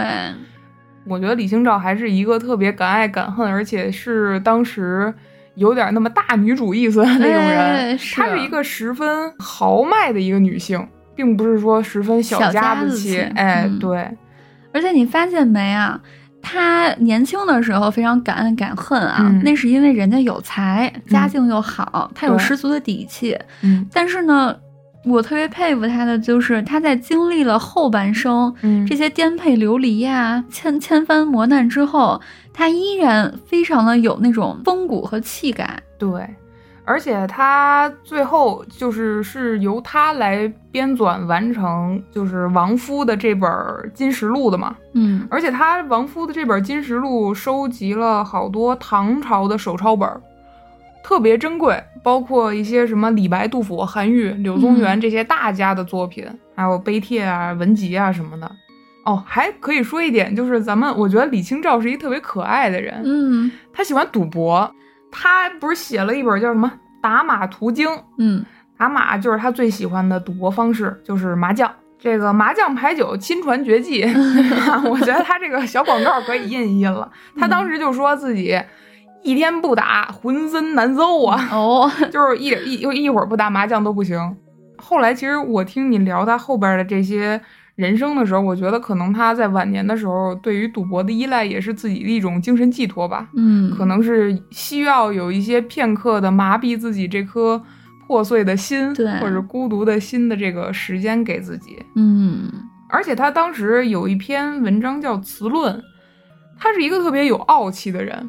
Speaker 1: 我觉得李清照还是一个特别敢爱敢恨，而且是当时有点那么大女主意思的那种人。
Speaker 2: 哎是
Speaker 1: 她是一个十分豪迈的一个女性，并不是说十分小
Speaker 2: 小
Speaker 1: 家
Speaker 2: 家
Speaker 1: 子
Speaker 2: 子
Speaker 1: 气。
Speaker 2: 气
Speaker 1: 哎，
Speaker 2: 嗯
Speaker 1: 对，
Speaker 2: 而且你发现没啊？他年轻的时候非常敢爱敢恨啊，
Speaker 1: 嗯
Speaker 2: 那是因为人家有才，家
Speaker 1: 嗯
Speaker 2: 境又好，他有
Speaker 1: 对
Speaker 2: 十足的底气。
Speaker 1: 嗯
Speaker 2: 但是呢，我特别佩服他的就是他在经历了后半生
Speaker 1: 嗯
Speaker 2: 这些颠沛流离呀、千千帆磨难之后，他依然非常的有那种风骨和气概。
Speaker 1: 对，而且他最后就是是由他来编纂完成，就是王夫的这本《金石录》的嘛。
Speaker 2: 嗯，
Speaker 1: 而且他王夫的这本《金石录》收集了好多唐朝的手抄本儿，特别珍贵，包括一些什么李白、杜甫、韩愈、柳宗元
Speaker 2: 嗯
Speaker 1: 这些大家的作品，还有碑帖啊、文集啊什么的。哦，还可以说一点，就是咱们我觉得李清照是一特别可爱的人，
Speaker 2: 嗯
Speaker 1: 他喜欢赌博，他不是写了一本叫什么《打马图经》，
Speaker 2: 嗯
Speaker 1: 打马就是他最喜欢的赌博方式，就是麻将。这个麻将牌九亲传绝技， 我觉得他这个小广告可以印一印了。他当时就说自己一天不打，浑身难受啊，
Speaker 2: 哦，
Speaker 1: 就是一一又一会儿不打麻将都不行。后来其实我听你聊他后边的这些人生的时候，我觉得可能他在晚年的时候对于赌博的依赖也是自己的一种精神寄托吧。
Speaker 2: 嗯，
Speaker 1: 可能是需要有一些片刻的麻痹自己这颗破碎的心，
Speaker 2: 对
Speaker 1: 或者孤独的心的这个时间给自己。
Speaker 2: 嗯
Speaker 1: 而且他当时有一篇文章叫《词论》，他是一个特别有傲气的人。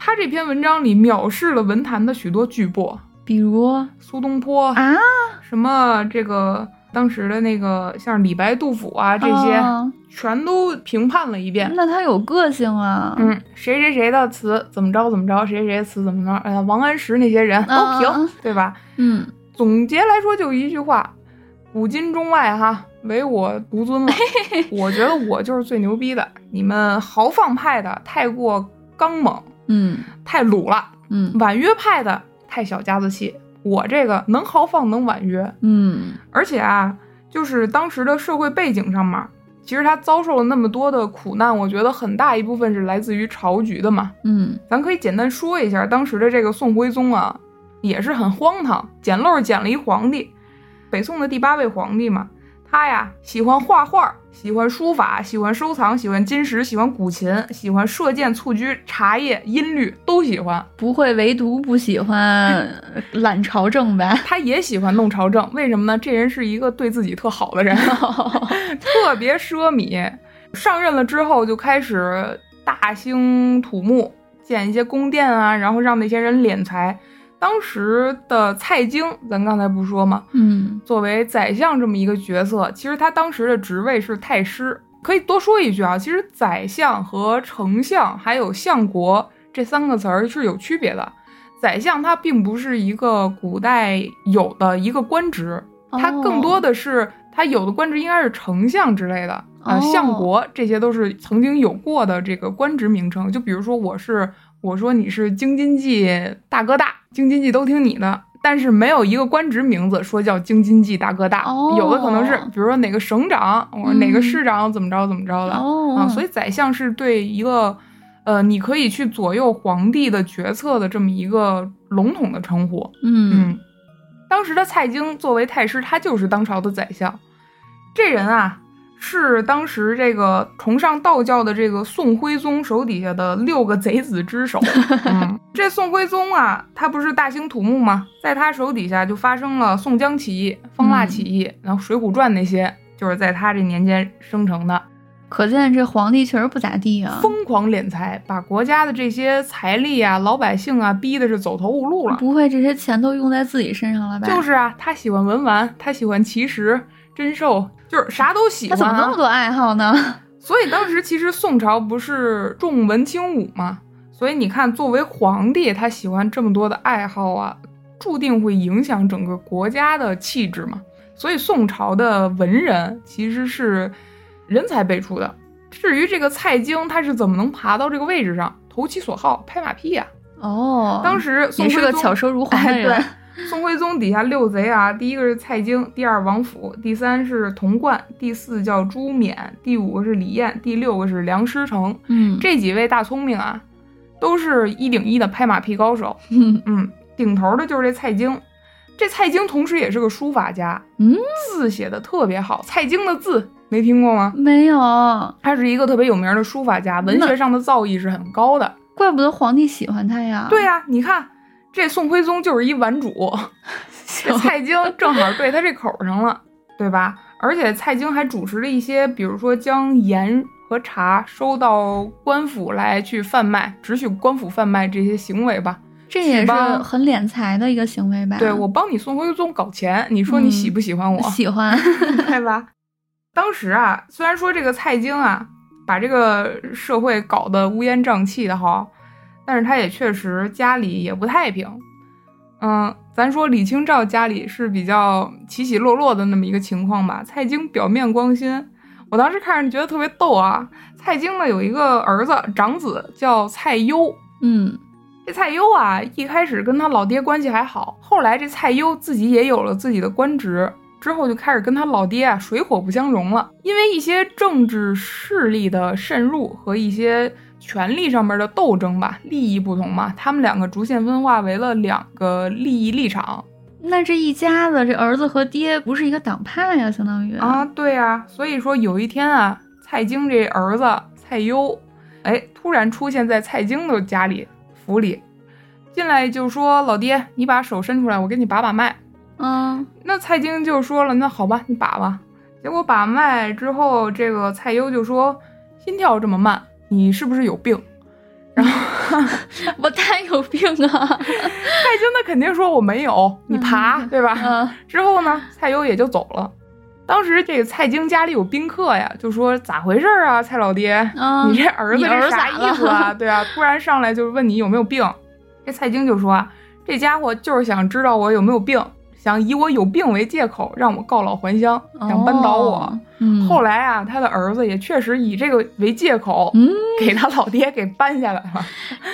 Speaker 1: 他这篇文章里藐视了文坛的许多巨擘，
Speaker 2: 比如
Speaker 1: 苏东坡
Speaker 2: 啊，
Speaker 1: 什么这个当时的那个像李白、杜甫啊这些，
Speaker 2: 哦
Speaker 1: 全都评判了一遍。
Speaker 2: 那他有个性啊，
Speaker 1: 嗯，谁谁谁的词怎么着怎么着，谁谁谁的词怎么着，呃，王安石那些人都
Speaker 2: 啊
Speaker 1: 评，
Speaker 2: 啊
Speaker 1: 对吧？
Speaker 2: 嗯，
Speaker 1: 总结来说就一句话：古今中外哈，唯我独尊了。我觉得我就是最牛逼的，你们豪放派的太过刚猛，
Speaker 2: 嗯
Speaker 1: 太鲁了；
Speaker 2: 嗯
Speaker 1: 婉约派的太小家子气。我这个能豪放，能婉约，
Speaker 2: 嗯
Speaker 1: 而且啊，就是当时的社会背景上面，其实他遭受了那么多的苦难，我觉得很大一部分是来自于朝局的嘛。
Speaker 2: 嗯
Speaker 1: 咱可以简单说一下当时的这个宋徽宗啊，也是很荒唐，捡漏儿捡了一皇帝，北宋的第八位皇帝嘛。他呀喜欢画画，喜欢书法，喜欢收藏，喜欢金石，喜欢古琴，喜欢射箭、蹴鞠、茶叶、音律都喜欢。
Speaker 2: 不会，唯独不喜欢懒朝政呗。
Speaker 1: 他也喜欢弄朝政，为什么呢？这人是一个对自己特好的人，啊特别奢靡。上任了之后就开始大兴土木，建一些宫殿啊，然后让那些人敛财。当时的蔡京，咱刚才不说吗？
Speaker 2: 嗯
Speaker 1: 作为宰相这么一个角色，其实他当时的职位是太师。可以多说一句啊，其实宰相和丞相还有相国这三个词儿是有区别的。宰相他并不是一个古代有的一个官职，它更多的是它有的官职应该是丞相之类的，呃，
Speaker 2: 哦
Speaker 1: 相国这些都是曾经有过的这个官职名称。就比如说我是我说你是京津冀大哥大，京津冀都听你的。但是没有一个官职名字说叫京津冀大哥大，
Speaker 2: 哦
Speaker 1: 有的可能是比如说哪个省长，我说哪个
Speaker 2: 嗯
Speaker 1: 市长怎么着怎么着的，
Speaker 2: 哦
Speaker 1: 啊，所以宰相是对一个，呃，你可以去左右皇帝的决策的这么一个笼统的称呼。
Speaker 2: 嗯
Speaker 1: 嗯，当时的蔡京作为太师，他就是当朝的宰相。这人啊，是当时这个崇尚道教的这个宋徽宗手底下的六个贼子之首。嗯，这宋徽宗啊，他不是大兴土木吗？在他手底下就发生了宋江起义、方腊起义，然后《水浒传》那些，就是在他这年间生成的。
Speaker 2: 可见这皇帝确实不咋地啊，
Speaker 1: 疯狂敛财，把国家的这些财力啊、老百姓啊逼的是走投无路了。
Speaker 2: 不会这些钱都用在自己身上了吧？
Speaker 1: 就是啊，他喜欢文玩，他喜欢奇石、珍兽，就是啥都喜
Speaker 2: 他
Speaker 1: 欢、啊
Speaker 2: 怎么那么多爱好呢？
Speaker 1: 所以当时其实宋朝不是重文轻武嘛，所以你看，作为皇帝，他喜欢这么多的爱好啊，注定会影响整个国家的气质嘛。所以宋朝的文人其实是人才辈出的。至于这个蔡京，他是怎么能爬到这个位置上？投其所好，拍马屁呀、
Speaker 2: 哦，
Speaker 1: 当时宋
Speaker 2: 也是
Speaker 1: 徽
Speaker 2: 个
Speaker 1: 宗
Speaker 2: 巧舌如簧的
Speaker 1: 哎，对
Speaker 2: 人。，
Speaker 1: 宋徽宗底下六贼啊，第一个是蔡京，第二王府，第三是童贯，第四叫朱冕，第五个是李彦，第六个是梁师成。
Speaker 2: 嗯，
Speaker 1: 这几位大聪明啊，都是一顶一的拍马屁高手。
Speaker 2: 嗯
Speaker 1: 嗯，顶头的就是这蔡京。这蔡京同时也是个书法家，
Speaker 2: 嗯，
Speaker 1: 字写的特别好。蔡京的字没听过吗？
Speaker 2: 没有，
Speaker 1: 他是一个特别有名的书法家，文
Speaker 2: 那
Speaker 1: 学上的造诣是很高的。
Speaker 2: 怪不得皇帝喜欢他呀。
Speaker 1: 对呀、你看这宋徽宗就是一顽主，这蔡京正好对他这口上了，对吧？而且蔡京还主持了一些，比如说将盐和茶收到官府来去贩卖，只许官府贩卖这些行为吧。
Speaker 2: 这也
Speaker 1: 是
Speaker 2: 是
Speaker 1: 吧
Speaker 2: 很敛财的一个行为吧？
Speaker 1: 对我帮你宋徽宗搞钱，你说你喜不喜欢我？
Speaker 2: 啊嗯喜欢，
Speaker 1: 对吧？ 当时啊，虽然说这个蔡京啊，把这个社会搞得乌烟瘴气的哈，但是他也确实家里也不太平。嗯，咱说李清照家里是比较起起落落的那么一个情况吧。蔡京表面光鲜，我当时看着觉得特别逗啊。蔡京呢有一个儿子，长子叫蔡攸，
Speaker 2: 嗯，
Speaker 1: 这蔡攸啊，一开始跟他老爹关系还好，后来这蔡攸自己也有了自己的官职，之后就开始跟他老爹啊水火不相容了。因为一些政治势力的渗入和一些权力上面的斗争吧，利益不同嘛，他们两个逐渐分化为了两个利益立场
Speaker 2: 那这一家子这儿子和爹不是一个党派呀，相当于
Speaker 1: 啊。对啊，所以说有一天啊，蔡京这儿子蔡攸，哎，突然出现在蔡京的家里府里，进来就说：“老爹，你把手伸出来，我给你把把脉。”
Speaker 2: 嗯
Speaker 1: 那蔡京就说了：“那好吧，你把吧。”结果把脉之后，这个蔡攸就说：“心跳这么慢，你是不是有病
Speaker 2: 我太有病 啊，？”
Speaker 1: 蔡京那肯定说：“我没有，你爬，对吧
Speaker 2: 嗯，？”
Speaker 1: 之后呢，蔡攸也就走了。当时这个蔡京家里有宾客呀，就说：“咋回事儿啊，蔡老爹？
Speaker 2: 嗯
Speaker 1: 你这儿子
Speaker 2: 你
Speaker 1: 这
Speaker 2: 儿
Speaker 1: 啥
Speaker 2: 咋了
Speaker 1: 意思啊？对啊，突然上来就问你有没有病。”这蔡京就说：“啊，这家伙就是想知道我有没有病，想以我有病为借口让我告老还乡，想扳倒我。
Speaker 2: 哦，嗯，
Speaker 1: 后来啊，他的儿子也确实以这个为借口，
Speaker 2: 嗯，
Speaker 1: 给他老爹给搬下来 了。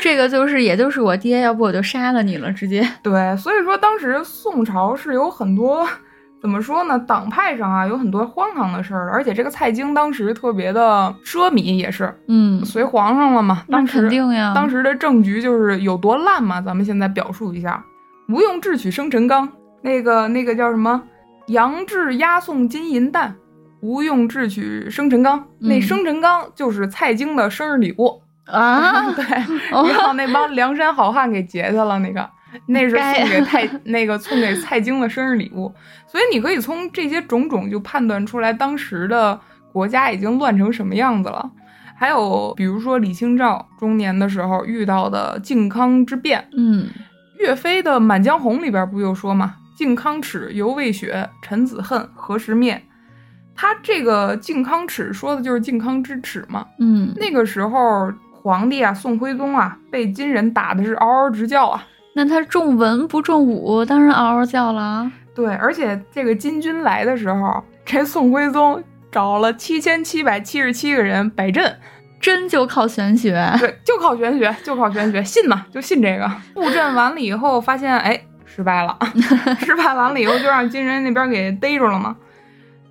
Speaker 2: 这个就是，也就是我爹，要不我就杀了你了，直接。
Speaker 1: 对，所以说当时宋朝是有很多怎么说呢，党派上啊有很多荒唐的事儿的，而且这个蔡京当时特别的奢靡，也是
Speaker 2: 嗯，
Speaker 1: 随皇上了嘛，
Speaker 2: 那
Speaker 1: 当时
Speaker 2: 肯定呀，
Speaker 1: 当时的政局就是有多烂嘛，咱们现在表述一下：无用智取生辰纲，那个那个叫什么？杨志押送金银弹，无用智取生辰纲。
Speaker 2: 嗯
Speaker 1: 那生辰纲就是蔡京的生日礼物，
Speaker 2: 啊，
Speaker 1: 对，
Speaker 2: 哦
Speaker 1: 你好，那帮梁山好汉给劫去了那个。那是
Speaker 2: 该
Speaker 1: 送 给蔡那个送给蔡京的生日礼物，所以你可以从这些种种就判断出来当时的国家已经乱成什么样子了。还有比如说李清照中年的时候遇到的靖康之变，
Speaker 2: 嗯，
Speaker 1: 岳飞的《满江红》里边不就说嘛：“靖康耻，犹未雪；臣子恨，何时灭？”他这个靖康耻说的就是靖康之耻嘛。
Speaker 2: 嗯，
Speaker 1: 那个时候，皇帝啊，宋徽宗啊，被金人打的是嗷嗷直叫啊。
Speaker 2: 那他重文不重武，当然嗷嗷叫了啊。
Speaker 1: 对，而且这个金军来的时候，这宋徽宗找了七千七百七十七个人摆阵，
Speaker 2: 真就靠玄学，
Speaker 1: 对，就靠玄学，就靠玄学，信呐，就信这个。布阵完了以后，发现哎失败了，失败完了以后就让金人那边给逮住了嘛。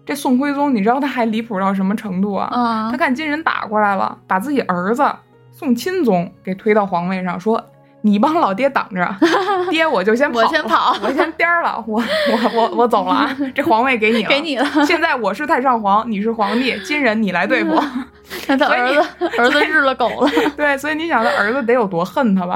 Speaker 1: 这宋徽宗，你知道他还离谱到什么程度啊？
Speaker 2: 啊
Speaker 1: 他，看金人打过来了，把自己儿子宋钦宗给推到皇位上，说：“你帮老爹挡 着，爹我就先跑，
Speaker 2: 我先跑
Speaker 1: 我先颠儿了，我我我我走了啊，这皇位给你了，
Speaker 2: 给你了。
Speaker 1: 现在我是太上皇，你是皇帝，金人你来对 付。
Speaker 2: 那他
Speaker 1: 所以
Speaker 2: 儿 子，儿子日了狗了，
Speaker 1: 对，所以你想他儿子得有多恨他吧？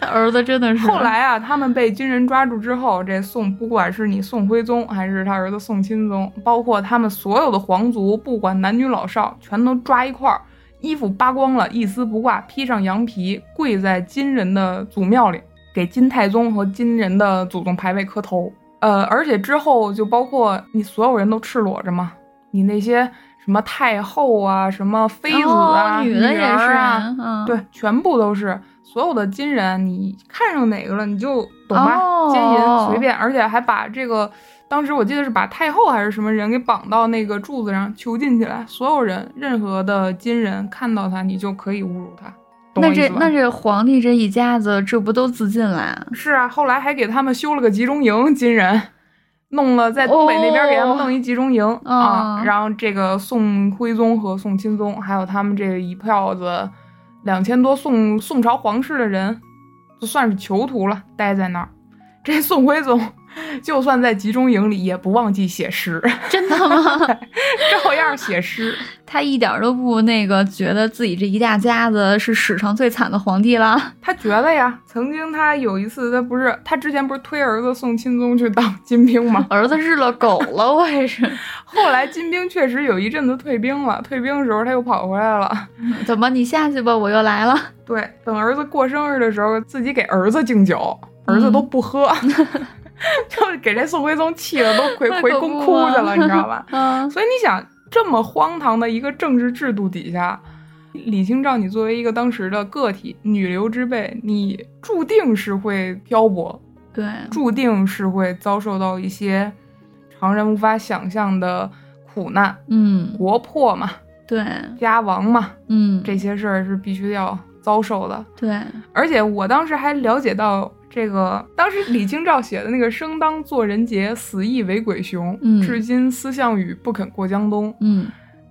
Speaker 2: 他儿子真的是。
Speaker 1: 后来 啊，他们被金人抓住之后，这宋不管是你宋徽宗还是他儿子宋钦宗，包括他们所有的皇族，不管男女老少，全都抓一块儿，衣服扒光了，一丝不挂，披上羊皮，跪在金人的祖庙里，给金太宗和金人的祖宗牌位磕头。呃，而且之后就包括你所有人都赤裸着嘛，你那些什么太后啊，什么妃子啊，
Speaker 2: 哦女的也
Speaker 1: 儿
Speaker 2: 是，
Speaker 1: 啊，
Speaker 2: 嗯，
Speaker 1: 对，全部都是所有的金人，你看上哪个了你就懂吧，
Speaker 2: 哦
Speaker 1: 金银随便，而且还把这个当时我记得是把太后还是什么人给绑到那个柱子上囚禁起来，所有人任何的金人看到他你就可以侮辱他，懂
Speaker 2: 那
Speaker 1: 我意
Speaker 2: 这
Speaker 1: 思吧？
Speaker 2: 那这皇帝这一家子，这不都自尽了 啊？
Speaker 1: 是啊，后来还给他们修了个集中营，金人弄了在东北那边给他们弄一集中营、
Speaker 2: 哦
Speaker 1: 啊。然后这个宋徽宗和宋钦宗，还有他们这一票子两千多宋宋朝皇室的人，就算是囚徒了，待在那儿。这宋徽宗就算在集中营里，也不忘记写诗，
Speaker 2: 真的吗？
Speaker 1: 照样写诗。
Speaker 2: 他一点儿都不那个，觉得自己这一大家子是史上最惨的皇帝了。
Speaker 1: 他觉得呀，曾经他有一次，他不是他之前不是推儿子宋钦宗去当 金兵吗？
Speaker 2: 儿子日了狗了，我也是。
Speaker 1: 后来金兵确实有一阵子退兵了，退兵的时候他又跑回来了。
Speaker 2: 怎么，你下去吧，我又来了。
Speaker 1: 对，等儿子过生日的时候，自己给儿子敬酒，儿
Speaker 2: 嗯
Speaker 1: 子都不 喝，就是给这宋徽宗气的都回
Speaker 2: 那可
Speaker 1: 回
Speaker 2: 不啊
Speaker 1: 宫哭去了，
Speaker 2: 嘛？
Speaker 1: 你知道吧
Speaker 2: 嗯，
Speaker 1: 所以你想，这么荒唐的一个政治制度底下，李清照，你作为一个当时的个体女流之辈，你注定是会漂泊，
Speaker 2: 对，
Speaker 1: 注定是会遭受到一些常人无法想象的苦难，
Speaker 2: 嗯，
Speaker 1: 国破嘛。
Speaker 2: 对，
Speaker 1: 家亡嘛，
Speaker 2: 嗯，
Speaker 1: 这些事儿是必须要遭受的。
Speaker 2: 对，
Speaker 1: 而且我当时还了解到，这个当时李清照写的那个“生当作人杰，死亦为鬼雄。
Speaker 2: 嗯
Speaker 1: 至今思项羽，不肯过江东。
Speaker 2: 嗯，”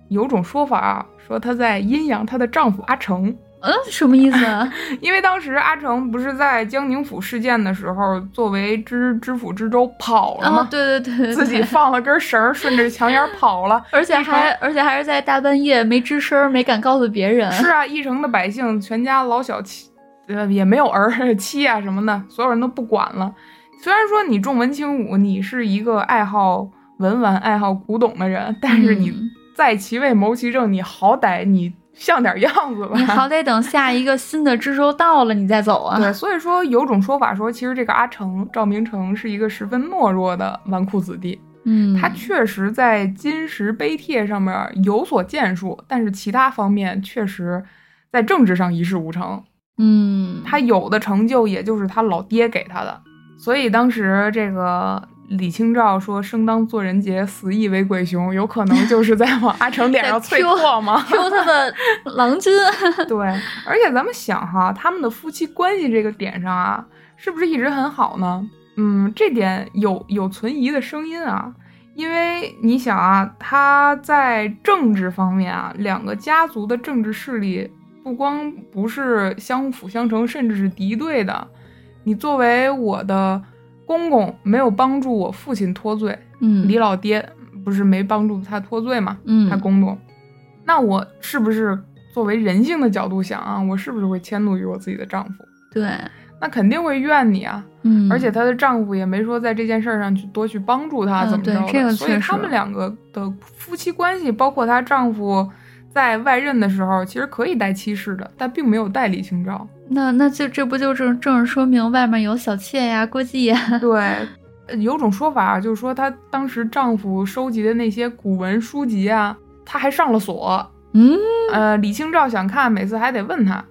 Speaker 1: 有种说法啊，说她在阴阳她的丈夫阿成，
Speaker 2: 嗯，什么意思啊？
Speaker 1: 因为当时阿成不是在江宁府事件的时候，作为知知府知州跑了
Speaker 2: 啊，
Speaker 1: 吗？
Speaker 2: 对对对对，对
Speaker 1: 自己放了根绳儿，顺着墙沿儿跑了。
Speaker 2: 而且还而且还是在大半夜没吱声儿，没敢告诉别人。
Speaker 1: 是啊，一城的百姓全家老小妻，呃，也没有儿妻啊什么的，所有人都不管了。虽然说你重文轻武，你是一个爱好文玩、爱好古董的人，但是你
Speaker 2: 嗯
Speaker 1: 在其位谋其政，你好歹你像点样子吧。
Speaker 2: 你好歹等下一个新的知州到了，你再走啊。
Speaker 1: 对，所以说有种说法说，其实这个阿成赵明诚是一个十分懦弱的纨绔子弟，
Speaker 2: 嗯，
Speaker 1: 他确实在金石碑帖上面有所建树，但是其他方面确实在政治上一事无成。
Speaker 2: 嗯，
Speaker 1: 他有的成就也就是他老爹给他的。所以当时这个李清照说“生当作人杰，死亦为鬼雄”，有可能就是在往阿成脸上
Speaker 2: 在
Speaker 1: 啐
Speaker 2: Q。
Speaker 1: 唾沫
Speaker 2: Q 他的 郎君，
Speaker 1: 对，而且咱们想哈，他们的夫妻关系这个点上啊，是不是一直很好呢？嗯，这点有有存疑的声音啊，因为你想啊，他在政治方面啊，两个家族的政治势力不光不是相辅相成，甚至是敌对的。你作为我的公公，没有帮助我父亲脱罪，
Speaker 2: 嗯，
Speaker 1: 李老爹不是没帮助他脱罪吗？
Speaker 2: 嗯，
Speaker 1: 他公公，那我是不是作为人性的角度想啊，我是不是会迁怒于我自己的丈夫？
Speaker 2: 对，
Speaker 1: 那肯定会怨你啊！
Speaker 2: 嗯，
Speaker 1: 而且她的丈夫也没说在这件事儿上去多去帮助她，
Speaker 2: 嗯
Speaker 1: 怎么着的、
Speaker 2: 对这个
Speaker 1: 所以
Speaker 2: 确
Speaker 1: 他
Speaker 2: 实
Speaker 1: 们两个的夫妻关系，包括她丈夫在外任的时候，其实可以带妻室的，但并没有带李清照。
Speaker 2: 那那就这不就正正是说明外面有小妾呀、郭妓呀？
Speaker 1: 对，呃有种说法啊就是说，她当时丈夫收集的那些古文书籍啊，她还上了锁，
Speaker 2: 嗯，
Speaker 1: 呃，李清照想看，每次还得问她，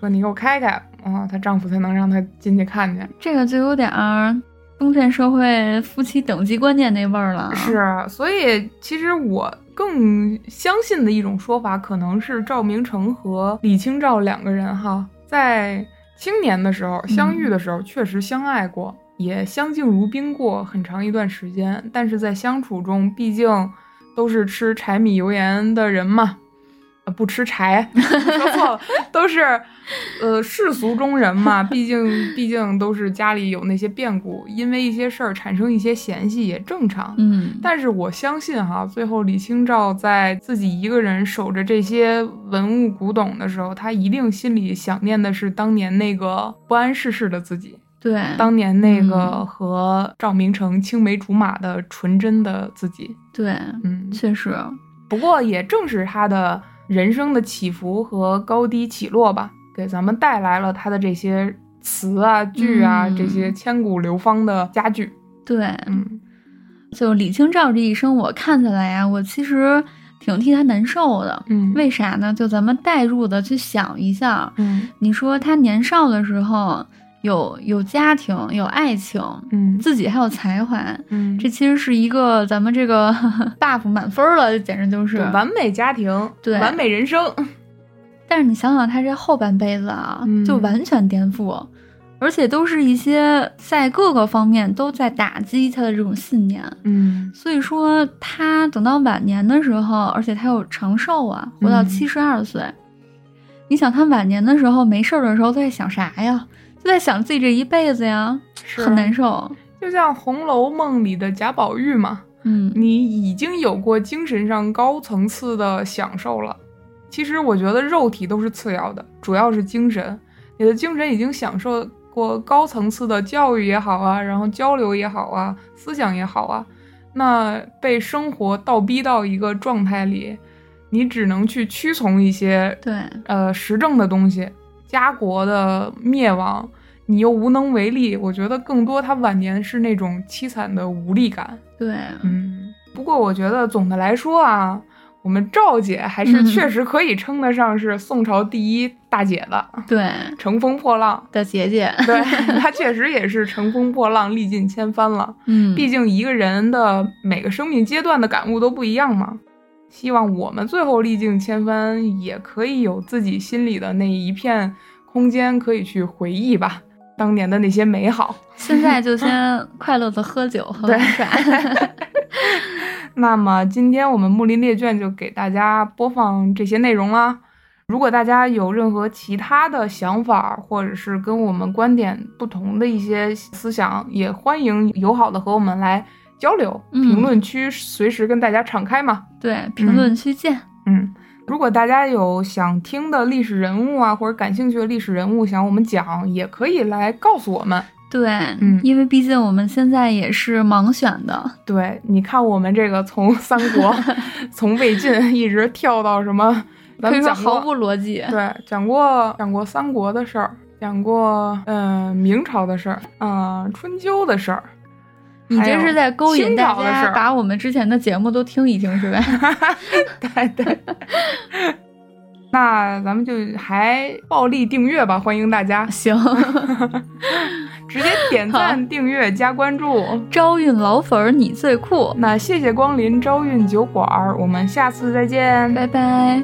Speaker 1: 说你给我开开啊，她丈夫才能让她进去看去。
Speaker 2: 这个就有点儿封建社会夫妻等级观念那味儿了。，啊
Speaker 1: 是，所以其实我更相信的一种说法，可能是赵明诚和李清照两个人哈，在青年的时候相遇的时候，确实相爱过，也相敬如宾过很长一段时间，但是在相处中，毕竟都是吃柴米油盐的人嘛。呃不吃柴，说错了，都是，呃，世俗中人嘛，毕竟毕竟都是家里有那些变故，因为一些事儿产生一些嫌隙也正常。
Speaker 2: 嗯，
Speaker 1: 但是我相信哈，最后李清照在自己一个人守着这些文物古董的时候，她一定心里想念的是当年那个不谙世事的自己，
Speaker 2: 对，
Speaker 1: 当年那个
Speaker 2: 嗯
Speaker 1: 和赵明诚青梅竹马的纯真的自己。
Speaker 2: 对，
Speaker 1: 嗯，
Speaker 2: 确实，
Speaker 1: 不过也正是她的人生的起伏和高低起落吧，给咱们带来了她的这些词啊、剧啊、
Speaker 2: 嗯
Speaker 1: 这些千古流芳的佳句。
Speaker 2: 对，
Speaker 1: 嗯，
Speaker 2: 就李清照这一生，我看下来呀、我其实挺替她难受的。
Speaker 1: 嗯
Speaker 2: 为啥呢？就咱们代入的去想一下，
Speaker 1: 嗯
Speaker 2: 你说她年少的时候有有家庭，有爱情，
Speaker 1: 嗯
Speaker 2: 自己还有才华，
Speaker 1: 嗯，
Speaker 2: 这其实是一个 咱们这个 buff 满分儿了，简直就是
Speaker 1: 对完美家庭，
Speaker 2: 对
Speaker 1: 完美人生。
Speaker 2: 但是你想想，它这后半辈子啊，
Speaker 1: 嗯
Speaker 2: 就完全颠覆，而且都是一些在各个方面都在打击他的这种信念。
Speaker 1: 嗯
Speaker 2: 所以说，他等到晚年的时候，而且他又长寿啊，活到
Speaker 1: 嗯
Speaker 2: 七十二岁。你想，他晚年的时候没事儿的时候都在想啥呀？就在想自己这一辈子呀，
Speaker 1: 是
Speaker 2: 很难受。
Speaker 1: 就像《红楼梦》里的贾宝玉嘛，
Speaker 2: 嗯，
Speaker 1: 你已经有过精神上高层次的享受了。其实我觉得肉体都是次要的，主要是精神。你的精神已经享受过高层次的教育也好啊，然后交流也好啊，思想也好啊，那被生活倒逼到一个状态里，你只能去屈从一些
Speaker 2: 对，
Speaker 1: 呃时政的东西，家国的灭亡，你又无能为力。我觉得更多他晚年是那种凄惨的无力感。
Speaker 2: 对，
Speaker 1: 嗯，不过我觉得总的来说啊，我们赵姐还是
Speaker 2: 嗯
Speaker 1: 确实可以称得上是宋朝第一大姐的，
Speaker 2: 对
Speaker 1: 乘风破浪。
Speaker 2: 的姐姐，
Speaker 1: 对她确实也是乘风破浪，历尽千帆了。
Speaker 2: 嗯，
Speaker 1: 毕竟一个人的每个生命阶段的感悟都不一样嘛。希望我们最后历尽千帆，也可以有自己心里的那一片空间，可以去回忆吧当年的那些美好。
Speaker 2: 现在 就先快乐的喝酒和玩耍。
Speaker 1: 那么今天我们木林列卷就给大家播放这些内容啦。如果大家有任何其他的想法，或者是跟我们观点不同的一些思想，也欢迎友好的和我们来交流。
Speaker 2: 嗯
Speaker 1: 评论区随时跟大家敞开嘛。
Speaker 2: 对，评论区见。
Speaker 1: 嗯，如果大家有想听的历史人物啊，或者感兴趣的历史人物，想我们讲，也可以来告诉我们。
Speaker 2: 对，
Speaker 1: 嗯
Speaker 2: 因为毕竟我们现在也是盲选的，
Speaker 1: 对，你看我们这个从三 国，从魏晋一直跳到什么，咱
Speaker 2: 可以
Speaker 1: 们
Speaker 2: 说
Speaker 1: 讲过
Speaker 2: 毫无 逻辑。
Speaker 1: 对，讲过讲过三国的事儿，讲过呃明朝的事儿，嗯、春秋的事儿。
Speaker 2: 你这是在勾引大
Speaker 1: 还有清朝的事
Speaker 2: 家
Speaker 1: 儿
Speaker 2: 把我们之前的节目都听一听，是吧？
Speaker 1: 对对。那咱们就还暴力订阅吧，欢迎大 家
Speaker 2: 行，
Speaker 1: 直接点赞、订阅、加关注。
Speaker 2: 招运老粉儿你最酷，
Speaker 1: 那谢谢光临朝韵酒馆儿，我们下次再见，
Speaker 2: 拜拜。